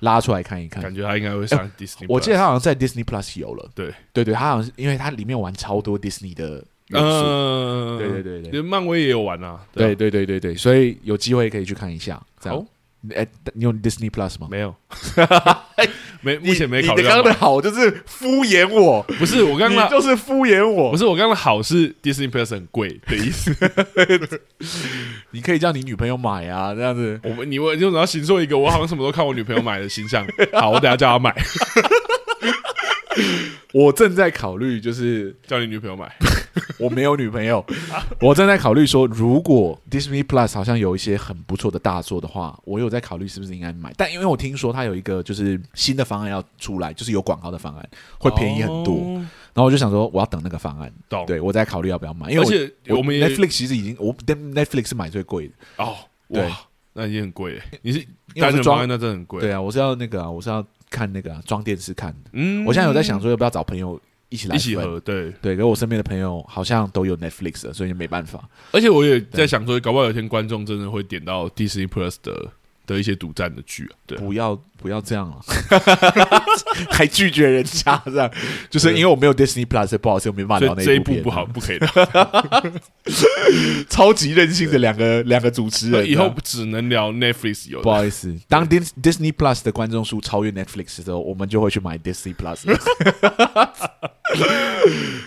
Speaker 2: 拉出来看一看。
Speaker 1: 感觉他应该会上 Disney。
Speaker 2: 我记得他好像在 Disney Plus 有了，
Speaker 1: 对
Speaker 2: 对对，他好像是因为他里面玩超多 Disney 的元素，
Speaker 1: 嗯，
Speaker 2: 对对对对
Speaker 1: 对，漫威也有玩啊。
Speaker 2: 对
Speaker 1: 啊，
Speaker 2: 对对对对，所以有机会可以去看一下。这样
Speaker 1: 好，
Speaker 2: 哎、你有 Disney Plus 吗？
Speaker 1: 没
Speaker 2: <laughs>
Speaker 1: 有，没目前没考虑
Speaker 2: 哎你
Speaker 1: 到
Speaker 2: 刚
Speaker 1: 买。
Speaker 2: 刚的好就是敷衍我，
Speaker 1: 不是我刚
Speaker 2: 你
Speaker 1: 刚的，
Speaker 2: 就是敷衍
Speaker 1: 不
Speaker 2: 我。
Speaker 1: 是我刚刚的好是 Disney Plus 很贵的意
Speaker 2: <laughs>
Speaker 1: 思。
Speaker 2: 你可以叫你女朋友买啊，这样子。
Speaker 1: 我们你问，就然后行说一个，我好像什么都看我女朋友买的形象。好，我等下叫她买， <laughs>
Speaker 2: 我正在考虑，就是
Speaker 1: 叫你女朋友买。
Speaker 2: 我没有女朋 <laughs> 友，我正在考虑说，如果 Disney Plus 好像有一些很不错的大作的话，我有在考虑是不是应该买。但因为我听说它有一个就是新的方案要出来，就是有广告的方案，会便宜很多。
Speaker 1: 哦，
Speaker 2: 然后我就想说，我要等那个方案。
Speaker 1: 懂。
Speaker 2: 对，我在考虑要不要买，因为
Speaker 1: 而
Speaker 2: 我
Speaker 1: 且
Speaker 2: 我
Speaker 1: 我们也
Speaker 2: Netflix 其实已经我 Netflix 是买最贵的，
Speaker 1: 哦，
Speaker 2: 对
Speaker 1: 哇，那也很贵欸。你是
Speaker 2: 因为我
Speaker 1: 单
Speaker 2: 是
Speaker 1: 人
Speaker 2: 装
Speaker 1: 方案，那真的很贵。
Speaker 2: 对啊，我是要那个啊，我是要看那个啊，装电视看的。
Speaker 1: 嗯
Speaker 2: 我现在有在想说要不要找朋友一起来
Speaker 1: 一起
Speaker 2: 分
Speaker 1: 合对，
Speaker 2: 对，可是我身边的朋友好像都有 Netflix 了，所以就没办法。
Speaker 1: 而且我也在想说，搞不好有一天观众真的会点到 Disney Plus 的的一些独占的剧啊。对，
Speaker 2: 不要不要这样了， <laughs> 还拒绝人家这样，就是因为我没有 Disney Plus，所以不好意思，我没办法
Speaker 1: 所
Speaker 2: 聊
Speaker 1: 以
Speaker 2: 那
Speaker 1: 这一
Speaker 2: 部
Speaker 1: 部
Speaker 2: 片啊
Speaker 1: 不好，，不可以的。
Speaker 2: <laughs> 超级任性的两个两个主持人，啊
Speaker 1: 以后只能聊 Netflix 有
Speaker 2: 不
Speaker 1: 的。
Speaker 2: 好意思，当 Dis Disney Plus 的观众数超越 Netflix 的时候，我们就会去买 Disney Plus 了。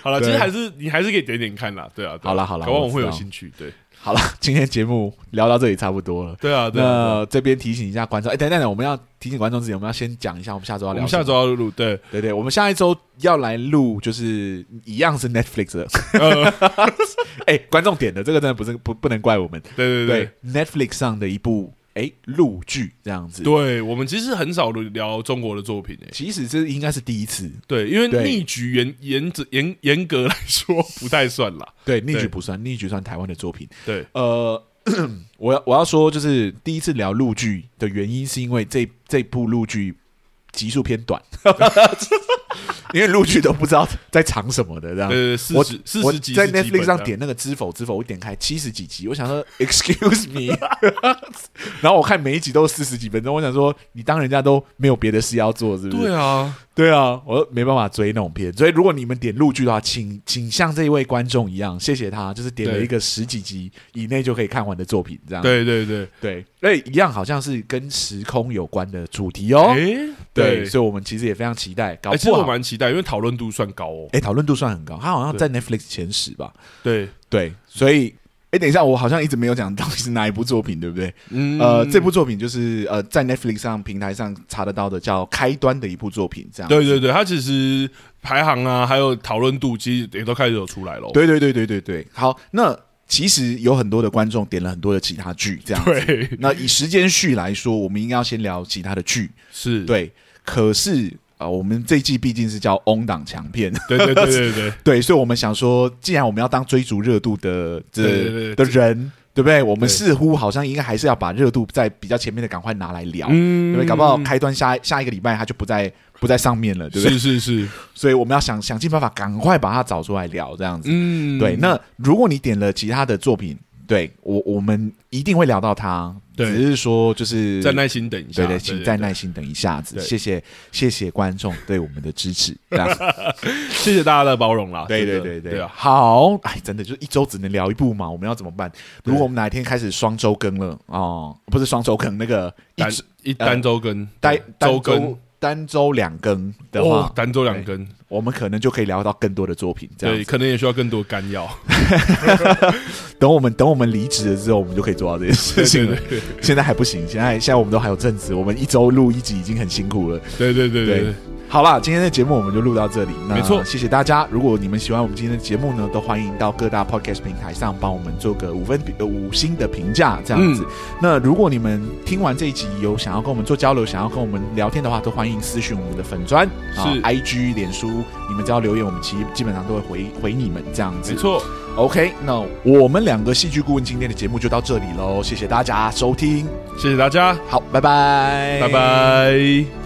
Speaker 1: 好了，
Speaker 2: 对
Speaker 1: 其实还是你还是可以点点看啦。对啊，对啊
Speaker 2: 好啦好啦
Speaker 1: 搞不好我
Speaker 2: 我
Speaker 1: 们
Speaker 2: 知
Speaker 1: 会
Speaker 2: 道
Speaker 1: 有兴趣。对，
Speaker 2: 好了， <laughs> 今天节目聊到这里差不多了。
Speaker 1: 对啊，对啊。
Speaker 2: 那这边提醒一下观众，哎，等等等，我们要提醒观众之前，我们要先讲一下我们下周要
Speaker 1: 我
Speaker 2: 聊什么。
Speaker 1: 们下周要录，对，
Speaker 2: 对对，我们下一周要来录，就是一样是 Netflix
Speaker 1: <laughs>
Speaker 2: 的。
Speaker 1: 呃
Speaker 2: <laughs> 哎，观众点的这个真的不是不不能怪我们，
Speaker 1: 对对对
Speaker 2: 对 Netflix 上的一部哎陆剧这样子。
Speaker 1: 对我们其实很少聊中国的作品诶、
Speaker 2: 其实这应该是第一次，
Speaker 1: 对，因为
Speaker 2: 对
Speaker 1: 逆局严严严严格来说不太算啦。
Speaker 2: 对逆
Speaker 1: 对
Speaker 2: 局不算，逆局算台湾的作品。
Speaker 1: 对，
Speaker 2: 呃， <clears throat> 我要我要说，就是第一次聊陆剧的原因，是因为这这部陆剧集数偏短， <laughs> 因为陆剧都不知道在藏什么的这样。
Speaker 1: 呃，四
Speaker 2: 我
Speaker 1: 十四
Speaker 2: 我
Speaker 1: 十集
Speaker 2: 在
Speaker 1: 是基本
Speaker 2: Netflix 上
Speaker 1: 的
Speaker 2: 点那个《知否知否》，我点开七十几集，我想说 Excuse me，然后我看每一集都四十几分钟，我想说你当人家都没有别的事要做，是不是？
Speaker 1: 对啊，
Speaker 2: 对啊，我没办法追那种片，所以如果你们点陆剧的话，请请像这一位观众一样，谢谢他，就是点了
Speaker 1: 对
Speaker 2: 一个十几集以内就可以看完的作品，这样
Speaker 1: 对对对，
Speaker 2: 对，啊哎，一样好像是跟时空有关的主题哦，
Speaker 1: 诶，
Speaker 2: 对，
Speaker 1: 哎对，
Speaker 2: 所以我们其实也非常期待，搞
Speaker 1: 哎，其实
Speaker 2: 不
Speaker 1: 我
Speaker 2: 好，
Speaker 1: 蛮期待，因为讨论度算高哦。
Speaker 2: 哎，讨论度算很高，他好像在 Netflix 前十吧，
Speaker 1: 对，
Speaker 2: 对，所以。哎，等一下，我好像一直没有讲到底是哪一部作品，对不对？
Speaker 1: 嗯
Speaker 2: 呃，这部作品就是呃，在 Netflix 上平台上查得到的，叫《开端》的一部作品，这样。
Speaker 1: 对对对，它其实排行啊，还有讨论度，其实也都开始有出来了。
Speaker 2: 对对对对对对，好，那其实有很多的观众点了很多的其他剧，这样子。
Speaker 1: 对，
Speaker 2: 那以时间序来说，我们应该要先聊其他的剧，
Speaker 1: 是，
Speaker 2: 对。可是啊、呃我们这一季毕竟是叫 on 档强片， <laughs>
Speaker 1: 对对对对对，
Speaker 2: 对，所以我们想说，既然我们要当追逐热度的这
Speaker 1: 对对对
Speaker 2: 的人，对不对？我们
Speaker 1: 对
Speaker 2: 似乎好像应该还是要把热度在比较前面的赶快拿来聊，对
Speaker 1: 嗯
Speaker 2: 不对？搞不好开端下下一个礼拜它就不在不在上面了，对不对？
Speaker 1: 是是是，
Speaker 2: 所以我们要想想尽办法赶快把它找出来聊，这样子。
Speaker 1: 嗯，
Speaker 2: 对，那如果你点了其他的作品，对我我们一定会聊到它，
Speaker 1: 对
Speaker 2: 只是说就是
Speaker 1: 再耐心等一下，
Speaker 2: 对对，请再耐心等一下子，
Speaker 1: 对
Speaker 2: 谢谢谢谢观众对我们的
Speaker 1: <laughs>
Speaker 2: 支持，这样
Speaker 1: 谢谢大家的包容啦。
Speaker 2: 对
Speaker 1: 真
Speaker 2: 对
Speaker 1: 的
Speaker 2: 对
Speaker 1: 对啊，
Speaker 2: 好，哎，真的就是一周只能聊一部嘛，我们要怎么办？
Speaker 1: 对
Speaker 2: 如果我们哪一天开始双周更了哦，不是双周更，那个一
Speaker 1: 单
Speaker 2: 周
Speaker 1: 一单周更，
Speaker 2: 单单
Speaker 1: 周更。
Speaker 2: 单周两更的
Speaker 1: 哦
Speaker 2: 话，，
Speaker 1: 单周两更，
Speaker 2: 我们可能就可以聊到更多的作品，这样
Speaker 1: 对，
Speaker 2: 子。
Speaker 1: 可能也需要更多干
Speaker 2: <laughs>
Speaker 1: 药。
Speaker 2: 等我们等我们离职了之后，我们就可以做到这件事情了。
Speaker 1: 对对
Speaker 2: <laughs> 现在还不行，现在现在我们都还有阵子，我们一周录一集已经很辛苦了。
Speaker 1: 对对对对对，
Speaker 2: 好啦，今天的节目我们就录到这里，那
Speaker 1: 没错
Speaker 2: 谢谢大家。如果你们喜欢我们今天的节目呢，都欢迎到各大 podcast 平台上帮我们做个五分呃五星的评价，这样子。
Speaker 1: 嗯
Speaker 2: 那如果你们听完这一集有想要跟我们做交流、想要跟我们聊天的话，都欢迎私讯我们的粉砖啊、
Speaker 1: 是
Speaker 2: IG、脸书，你们只要留言，我们其实基本上都会回回你们这样子。
Speaker 1: 没错，
Speaker 2: OK，那我们两个戏剧顾问今天的节目就到这里喽，谢谢大家收听。
Speaker 1: 谢谢大家，
Speaker 2: 好，拜拜，
Speaker 1: 拜。拜。